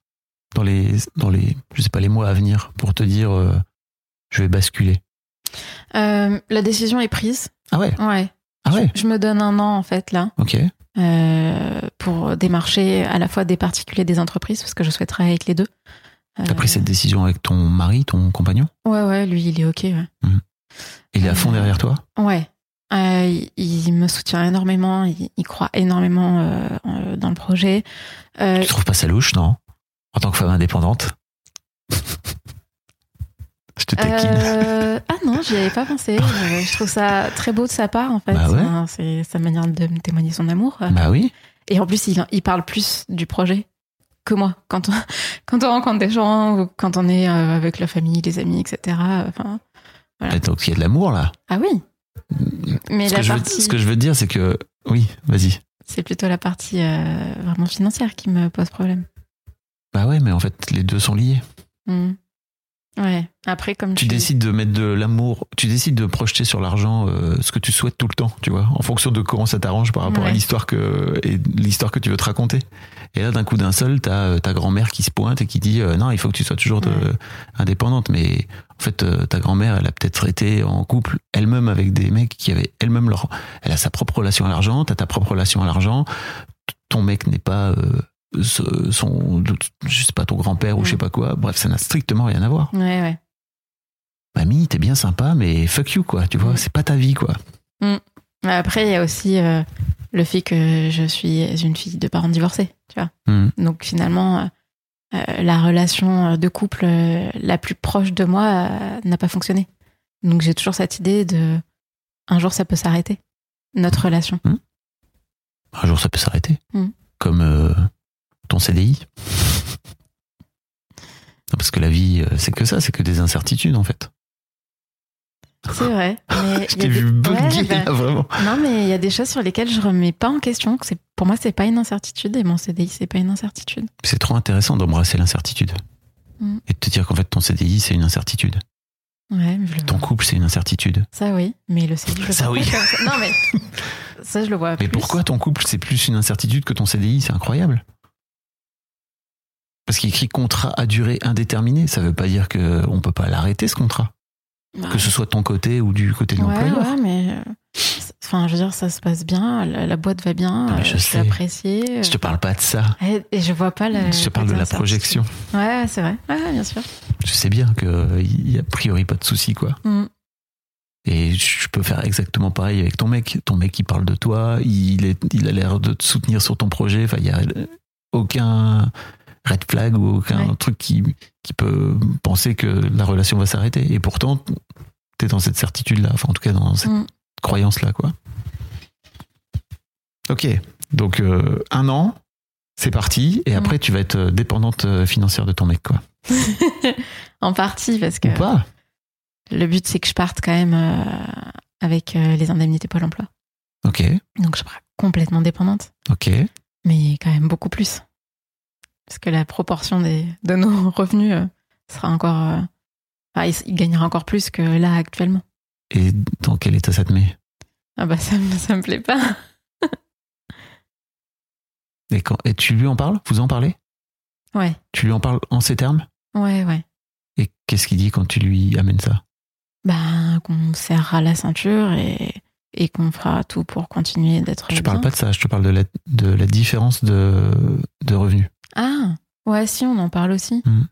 Speaker 4: dans les, dans les, je sais pas, les mois à venir pour te dire, euh, je vais basculer.
Speaker 2: Euh, la décision est prise.
Speaker 4: Ah ouais,
Speaker 2: Ouais.
Speaker 4: ah ouais,
Speaker 2: Je me donne un an, en fait, là,
Speaker 4: ok.
Speaker 2: euh, pour démarcher à la fois des particuliers et des entreprises, parce que je souhaite travailler avec les deux. Euh,
Speaker 4: T'as pris cette décision avec ton mari, ton compagnon
Speaker 2: Ouais, ouais, lui, il est OK. Ouais.
Speaker 4: Il est à fond derrière toi
Speaker 2: Ouais. Euh, il, il me soutient énormément, il, il croit énormément euh, en- dans le projet. Euh,
Speaker 4: Tu trouves pas ça louche, non En tant que femme indépendante Je te taquine.
Speaker 2: euh, ah non, j'y avais pas pensé. Euh, Je trouve ça très beau de sa part, en fait.
Speaker 4: Bah ouais.
Speaker 2: Enfin, C'est sa manière de me témoigner son amour.
Speaker 4: Bah oui,
Speaker 2: Et en plus, il, il parle plus du projet que moi. Quand on, quand on rencontre des gens ou quand on est euh, avec la famille, les amis, etc. Enfin,
Speaker 4: Et donc il y a de l'amour là.
Speaker 2: ah oui. Mais
Speaker 4: Mm, ce,
Speaker 2: la
Speaker 4: que je veux,
Speaker 2: partie,
Speaker 4: ce que je veux te dire, c'est que. Oui, vas-y.
Speaker 2: c'est plutôt la partie euh, vraiment financière qui me pose problème.
Speaker 4: Bah ouais, mais en fait, les deux sont liés.
Speaker 2: Hmm. Ouais. Après, comme
Speaker 4: Tu
Speaker 2: je-
Speaker 4: décides de mettre de l'amour, tu décides de projeter sur l'argent euh, ce que tu souhaites tout le temps, tu vois, en fonction de comment ça t'arrange par rapport à
Speaker 2: Ouais.
Speaker 4: l'histoire que et l'histoire que tu veux te raconter. Et là, d'un coup d'un seul, t'as euh, ta grand-mère qui se pointe et qui dit euh, non, il faut que tu sois toujours de-
Speaker 2: Ouais.
Speaker 4: indépendante. Mais en fait, euh, ta grand-mère, elle a peut-être été en couple elle-même avec des mecs qui avaient elle-même leur, elle a sa propre relation à l'argent, t'as ta propre relation à l'argent. T- Ton mec n'est pas euh, ce- son, je sais pas ton grand-père ou je sais
Speaker 2: Ouais.
Speaker 4: pas quoi. Bref, ça n'a strictement rien à voir
Speaker 2: Ouais, ouais.
Speaker 4: mamie, t'es bien sympa, mais fuck you, quoi. Tu vois,
Speaker 2: Mm.
Speaker 4: c'est pas ta vie, quoi.
Speaker 2: Mais Après, il y a aussi euh, le fait que je suis une fille de parents divorcés, tu vois.
Speaker 4: Mm.
Speaker 2: Donc finalement, euh, euh, la relation de couple euh, la plus proche de moi euh, n'a pas fonctionné. Donc j'ai toujours cette idée de un jour ça peut s'arrêter notre relation.
Speaker 4: Un jour, ça peut s'arrêter.
Speaker 2: Mm.
Speaker 4: Comme euh, ton CDI. Non, Parce que la vie, euh, c'est que ça, c'est que des incertitudes, en fait.
Speaker 2: C'est vrai. Mais
Speaker 4: Je
Speaker 2: il y a
Speaker 4: t'ai
Speaker 2: des-
Speaker 4: vu bugger,
Speaker 2: Ouais, bah,
Speaker 4: là, vraiment.
Speaker 2: Non, mais il y a des choses sur lesquelles je remets pas en question. que c'est- Pour moi, c'est pas une incertitude et mon CDI, c'est pas une incertitude.
Speaker 4: C'est trop intéressant d'embrasser l'incertitude.
Speaker 2: Mm.
Speaker 4: Et de te dire qu'en fait, ton CDI, c'est une incertitude.
Speaker 2: Ouais, mais je le-
Speaker 4: Ton couple, c'est une incertitude.
Speaker 2: Ça oui, mais le CDI, je le
Speaker 4: Ça,
Speaker 2: vois
Speaker 4: oui.
Speaker 2: pas comme ça. Non mais ça je le vois.
Speaker 4: Mais
Speaker 2: plus.
Speaker 4: pourquoi ton couple, c'est plus une incertitude que ton CDI C'est incroyable. Parce qu'il écrit contrat à durée indéterminée. Ça veut pas dire qu'on peut pas l'arrêter, ce contrat.
Speaker 2: Bah,
Speaker 4: que ce soit de ton côté ou du côté de
Speaker 2: Ouais,
Speaker 4: l'employeur.
Speaker 2: ouais, mais euh, c'est- enfin, je veux dire, ça se passe bien, la, la boîte va bien,
Speaker 4: Non, mais
Speaker 2: euh,
Speaker 4: je
Speaker 2: je, suis
Speaker 4: sais.
Speaker 2: appréciée. euh,
Speaker 4: Je te parle pas de ça.
Speaker 2: Et, et je vois pas la.
Speaker 4: Je te parle de la
Speaker 2: l'incertitude.
Speaker 4: projection.
Speaker 2: Ouais, ouais, c'est vrai. Ouais, ouais, bien sûr.
Speaker 4: Je sais bien qu'il y a a priori pas de souci, quoi.
Speaker 2: Mm.
Speaker 4: Et je peux faire exactement pareil avec ton mec. Ton mec, il parle de toi, il, est, il a l'air de te soutenir sur ton projet. Enfin, il y a aucun red flag ou aucun
Speaker 2: Ouais.
Speaker 4: truc qui, qui peut penser que la relation va s'arrêter. Et pourtant, t'es dans cette certitude-là. Enfin, en tout cas, dans cette
Speaker 2: Mm.
Speaker 4: croyance-là, quoi. Ok. Donc, euh, un an, c'est parti. Et
Speaker 2: Mm.
Speaker 4: après, tu vas être euh, dépendante euh, financière de ton mec, quoi.
Speaker 2: en partie, parce que
Speaker 4: Ou pas
Speaker 2: le but, c'est que je parte quand même euh, avec euh, les indemnités Pôle emploi.
Speaker 4: Ok.
Speaker 2: Donc, je serai complètement dépendante,
Speaker 4: Ok.
Speaker 2: mais quand même beaucoup plus. Parce que la proportion des, de nos revenus euh, sera encore. euh, enfin, il, il gagnera encore plus que là actuellement.
Speaker 4: Et dans quel état ça te met
Speaker 2: Ah bah, ça, me- ça me plaît pas.
Speaker 4: et, quand, et tu lui en parles Vous en parlez
Speaker 2: Ouais,
Speaker 4: Tu lui en parles en ces termes
Speaker 2: ouais, ouais.
Speaker 4: Et qu'est-ce qu'il dit quand tu lui amènes ça
Speaker 2: Ben, qu'on serrera la ceinture et, et qu'on fera tout pour continuer d'être.
Speaker 4: Je te
Speaker 2: Eh bien.
Speaker 4: parle pas de ça, je te parle de la, de la différence de, de revenus.
Speaker 2: Ah, ouais, si, on en parle aussi.
Speaker 4: Mhm.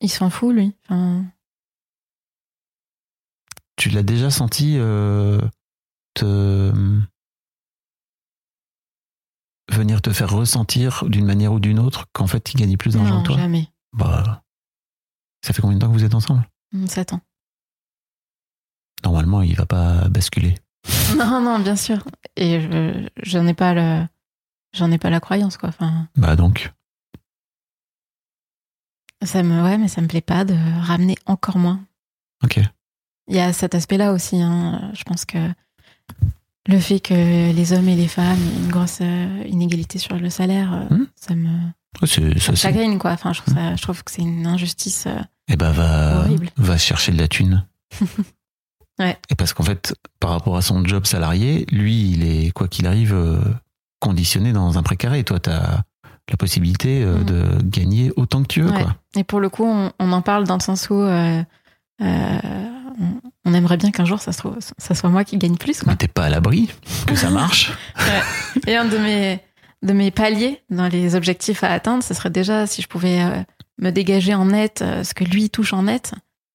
Speaker 2: Il s'en fout, lui. Enfin,
Speaker 4: Tu l'as déjà senti euh, te venir te faire ressentir d'une manière ou d'une autre qu'en fait, il gagne plus d'argent
Speaker 2: non,
Speaker 4: que toi
Speaker 2: jamais.
Speaker 4: Bah, ça fait combien de temps que vous êtes ensemble
Speaker 2: Mm, Sept ans.
Speaker 4: Normalement, il va pas basculer.
Speaker 2: Non, non, bien sûr. Et je- j'en ai pas le, j'en ai pas la croyance, quoi. Enfin,
Speaker 4: Bah donc,
Speaker 2: ça me, ouais, mais ça me plaît pas de ramener encore moins.
Speaker 4: ok.
Speaker 2: Il y a cet aspect-là aussi. hein. Je pense que le fait que les hommes et les femmes aient une grosse euh, inégalité sur le salaire, euh,
Speaker 4: Hmm.
Speaker 2: ça me
Speaker 4: Oh, c'est- ça,
Speaker 2: ça
Speaker 4: c'est-
Speaker 2: me chagrine, quoi. Enfin, je trouve, ça- je trouve que c'est une injustice. euh,
Speaker 4: Eh ben, va,
Speaker 2: Horrible.
Speaker 4: va chercher de la thune.
Speaker 2: Ouais.
Speaker 4: Et parce qu'en fait, par rapport à son job salarié, lui, il est, quoi qu'il arrive, euh, conditionné dans un précaré. Toi, tu as la possibilité euh,
Speaker 2: Mhm.
Speaker 4: de gagner autant que tu veux.
Speaker 2: Ouais.
Speaker 4: Quoi.
Speaker 2: Et pour le coup, on, on en parle dans le sens où euh, euh, on, on aimerait bien qu'un jour, ça, se trouve, ça soit moi qui gagne plus, quoi.
Speaker 4: Mais t'es pas à l'abri que ça marche.
Speaker 2: Et un de mes, de mes paliers dans les objectifs à atteindre, ce serait déjà si je pouvais euh, me dégager en net euh, ce que lui touche en net,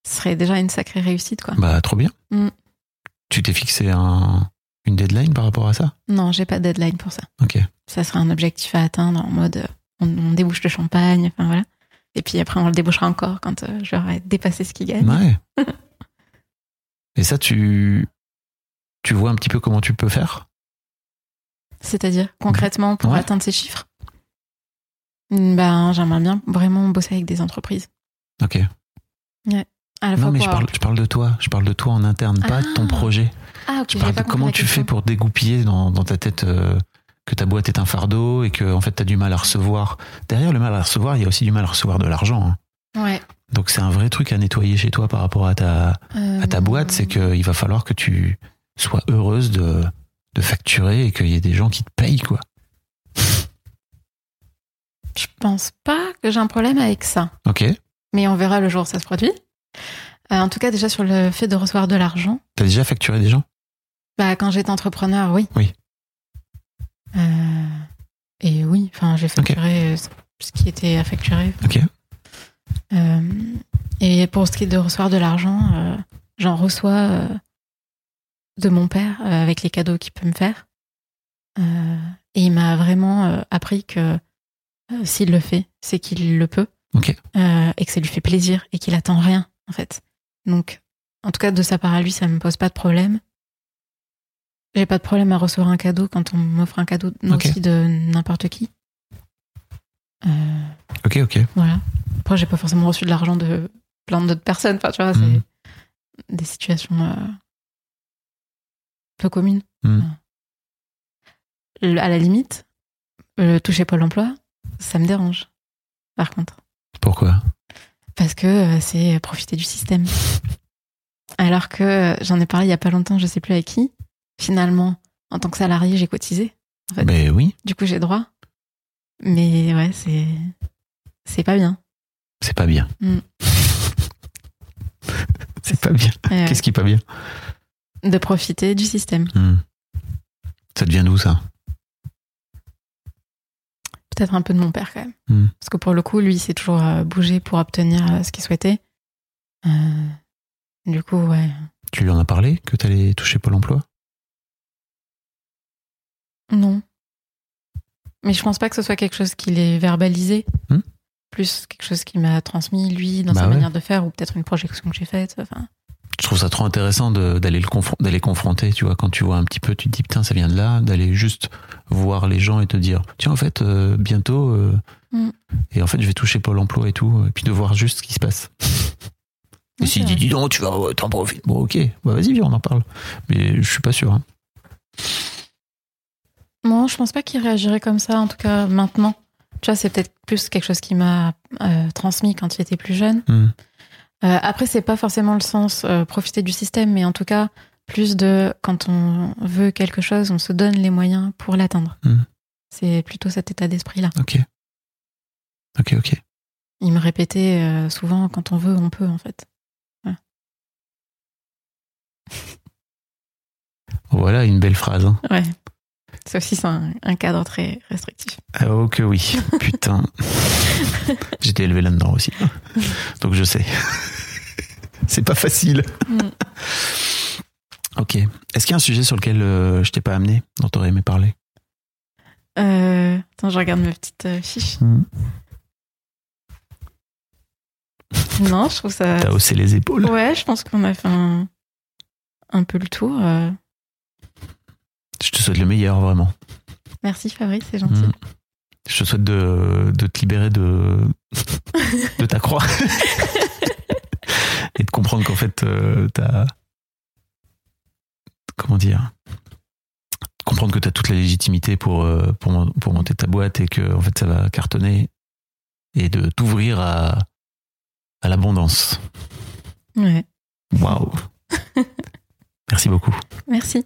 Speaker 2: ce serait déjà une sacrée réussite, quoi.
Speaker 4: bah, trop bien.
Speaker 2: Mhm.
Speaker 4: Tu t'es fixé un, une deadline par rapport à ça
Speaker 2: Non, j'ai pas de deadline pour ça.
Speaker 4: Ok.
Speaker 2: Ça serait un objectif à atteindre en mode euh, on, on débouche le champagne, enfin voilà. Et puis après, on le débouchera encore quand euh, j'aurai dépassé ce qu'il gagne.
Speaker 4: Ouais. Et ça, tu, tu vois un petit peu comment tu peux faire
Speaker 2: C'est-à-dire, concrètement, pour
Speaker 4: Ouais.
Speaker 2: atteindre ces chiffres ben, j'aimerais bien vraiment bosser avec des entreprises.
Speaker 4: Ok.
Speaker 2: À
Speaker 4: Non,
Speaker 2: la fois
Speaker 4: mais je
Speaker 2: pour avoir-
Speaker 4: parle, je parle de toi. Je parle de toi en interne, pas de ton
Speaker 2: Ah.
Speaker 4: projet.
Speaker 2: Ah, ok,
Speaker 4: Je
Speaker 2: j'avais
Speaker 4: parle
Speaker 2: pas
Speaker 4: de
Speaker 2: compris
Speaker 4: comment
Speaker 2: la
Speaker 4: tu
Speaker 2: question.
Speaker 4: fais pour dégoupiller dans, dans ta tête euh, que ta boîte est un fardeau et que en fait t'as du mal à recevoir. Derrière le mal à recevoir, il y a aussi du mal à recevoir de l'argent. hein.
Speaker 2: Ouais.
Speaker 4: Donc c'est un vrai truc à nettoyer chez toi par rapport à ta, à ta
Speaker 2: Euh,
Speaker 4: boîte, c'est qu'il va falloir que tu sois heureuse de, de facturer et qu'il y ait des gens qui te payent quoi.
Speaker 2: Je pense pas que j'ai un problème avec ça.
Speaker 4: Ok.
Speaker 2: Mais on verra le jour où ça se produit. Euh, en tout cas, déjà sur le fait de recevoir de l'argent.
Speaker 4: T'as déjà facturé des gens
Speaker 2: Bah, quand j'étais entrepreneur, oui.
Speaker 4: Oui.
Speaker 2: Euh, et oui, enfin, j'ai facturé euh, ce qui était à facturer.
Speaker 4: Ok.
Speaker 2: Euh, et pour ce qui est de recevoir de l'argent, euh, j'en reçois euh, de mon père euh, avec les cadeaux qu'il peut me faire. Euh, et il m'a vraiment euh, appris que euh, s'il le fait, c'est qu'il le peut.
Speaker 4: Ok.
Speaker 2: Euh, et que ça lui fait plaisir et qu'il attend rien, en fait. Donc, en tout cas, de sa part à lui, ça me pose pas de problème. J'ai pas de problème à recevoir un cadeau quand on m'offre un cadeau
Speaker 4: Ok.
Speaker 2: aussi de n'importe qui. Euh,
Speaker 4: Ok, ok.
Speaker 2: voilà. Après, j'ai pas forcément reçu de l'argent de plein d'autres personnes. Enfin, tu vois, c'est
Speaker 4: Mhm.
Speaker 2: des situations euh, peu communes.
Speaker 4: Mhm.
Speaker 2: Le- À la limite, le toucher Pôle emploi, ça me dérange. Par contre,
Speaker 4: Pourquoi
Speaker 2: parce que euh, c'est profiter du système. Alors que euh, j'en ai parlé il y a pas longtemps, je sais plus à qui. Finalement, en tant que salarié, j'ai cotisé. Pas de-
Speaker 4: Ben oui,
Speaker 2: Du coup, j'ai droit. Mais ouais, c'est c'est pas bien.
Speaker 4: c'est pas bien.
Speaker 2: Mm.
Speaker 4: c'est pas bien.
Speaker 2: Ouais,
Speaker 4: Ah, Qu'est-ce qui est pas bien
Speaker 2: ouais. euh, De profiter du système.
Speaker 4: Hmm. Ça devient d'où ça
Speaker 2: Peut-être un peu de mon père quand même.
Speaker 4: Hmm.
Speaker 2: Parce que pour le coup, lui, il s'est toujours euh, bougé pour obtenir euh, ce qu'il souhaitait. Euh, du coup, ouais.
Speaker 4: Tu lui en as parlé que t'allais toucher Pôle emploi
Speaker 2: Non. Mais je pense pas que ce soit quelque chose qu'il ait verbalisé.
Speaker 4: Hmm.
Speaker 2: Plus quelque chose qu'il m'a transmis, lui, dans
Speaker 4: Bah
Speaker 2: sa
Speaker 4: ouais.
Speaker 2: manière de faire, ou peut-être une projection que j'ai faite. Enfin,
Speaker 4: Je trouve ça trop intéressant de- d'aller le confron- d'aller confronter, tu vois, quand tu vois un petit peu, tu te dis putain, ça vient de là, d'aller juste voir les gens et te dire tiens, en fait, euh, bientôt, euh,
Speaker 2: Mm.
Speaker 4: et en fait, je vais toucher Pôle emploi et tout, et puis de voir juste ce qui se passe. Et
Speaker 2: Ouais,
Speaker 4: s'il
Speaker 2: c'est
Speaker 4: dit
Speaker 2: vrai.
Speaker 4: dis donc, tu vas, ouais, t'en profites, bon, ok, bah vas-y, viens, on en parle. Mais je suis pas sûr. hein.
Speaker 2: Non, je pense pas qu'il réagirait comme ça, en tout cas maintenant. Tu vois, c'est peut-être plus quelque chose qu'il m'a euh, transmis quand il était plus jeune.
Speaker 4: Hmm.
Speaker 2: Euh, après, c'est pas forcément le sens euh, profiter du système, mais en tout cas, plus de quand on veut quelque chose, on se donne les moyens pour l'atteindre.
Speaker 4: Mhm.
Speaker 2: C'est plutôt cet état d'esprit-là.
Speaker 4: Ok. Ok, ok.
Speaker 2: Il me répétait euh, souvent quand on veut, on peut, en fait.
Speaker 4: Voilà une belle phrase. hein.
Speaker 2: Ouais. C'est aussi ça, un, un cadre très restrictif.
Speaker 4: Ah, oh que oui, putain. J'étais élevé là-dedans aussi. Donc je sais. C'est pas facile.
Speaker 2: Mm.
Speaker 4: Ok. Est-ce qu'il y a un sujet sur lequel euh, je t'ai pas amené, dont t'aurais aimé parler
Speaker 2: Euh, attends, je regarde ma petite euh, fiche.
Speaker 5: Hmm.
Speaker 2: Non, je trouve ça.
Speaker 5: T'as haussé les épaules.
Speaker 2: Ouais, je pense qu'on a fait un, un peu le tour. euh.
Speaker 5: Je te souhaite le meilleur, vraiment.
Speaker 2: Merci Fabrice, c'est gentil.
Speaker 5: Mm. Je te souhaite de, de te libérer de, de ta croix. Et de comprendre qu'en fait, euh, t'as. Comment dire de Comprendre que t'as toute la légitimité pour, euh, pour, mon- pour monter ta boîte et que en fait, ça va cartonner. Et de t'ouvrir à, à l'abondance.
Speaker 2: Ouais,
Speaker 5: Waouh Merci beaucoup.
Speaker 2: merci.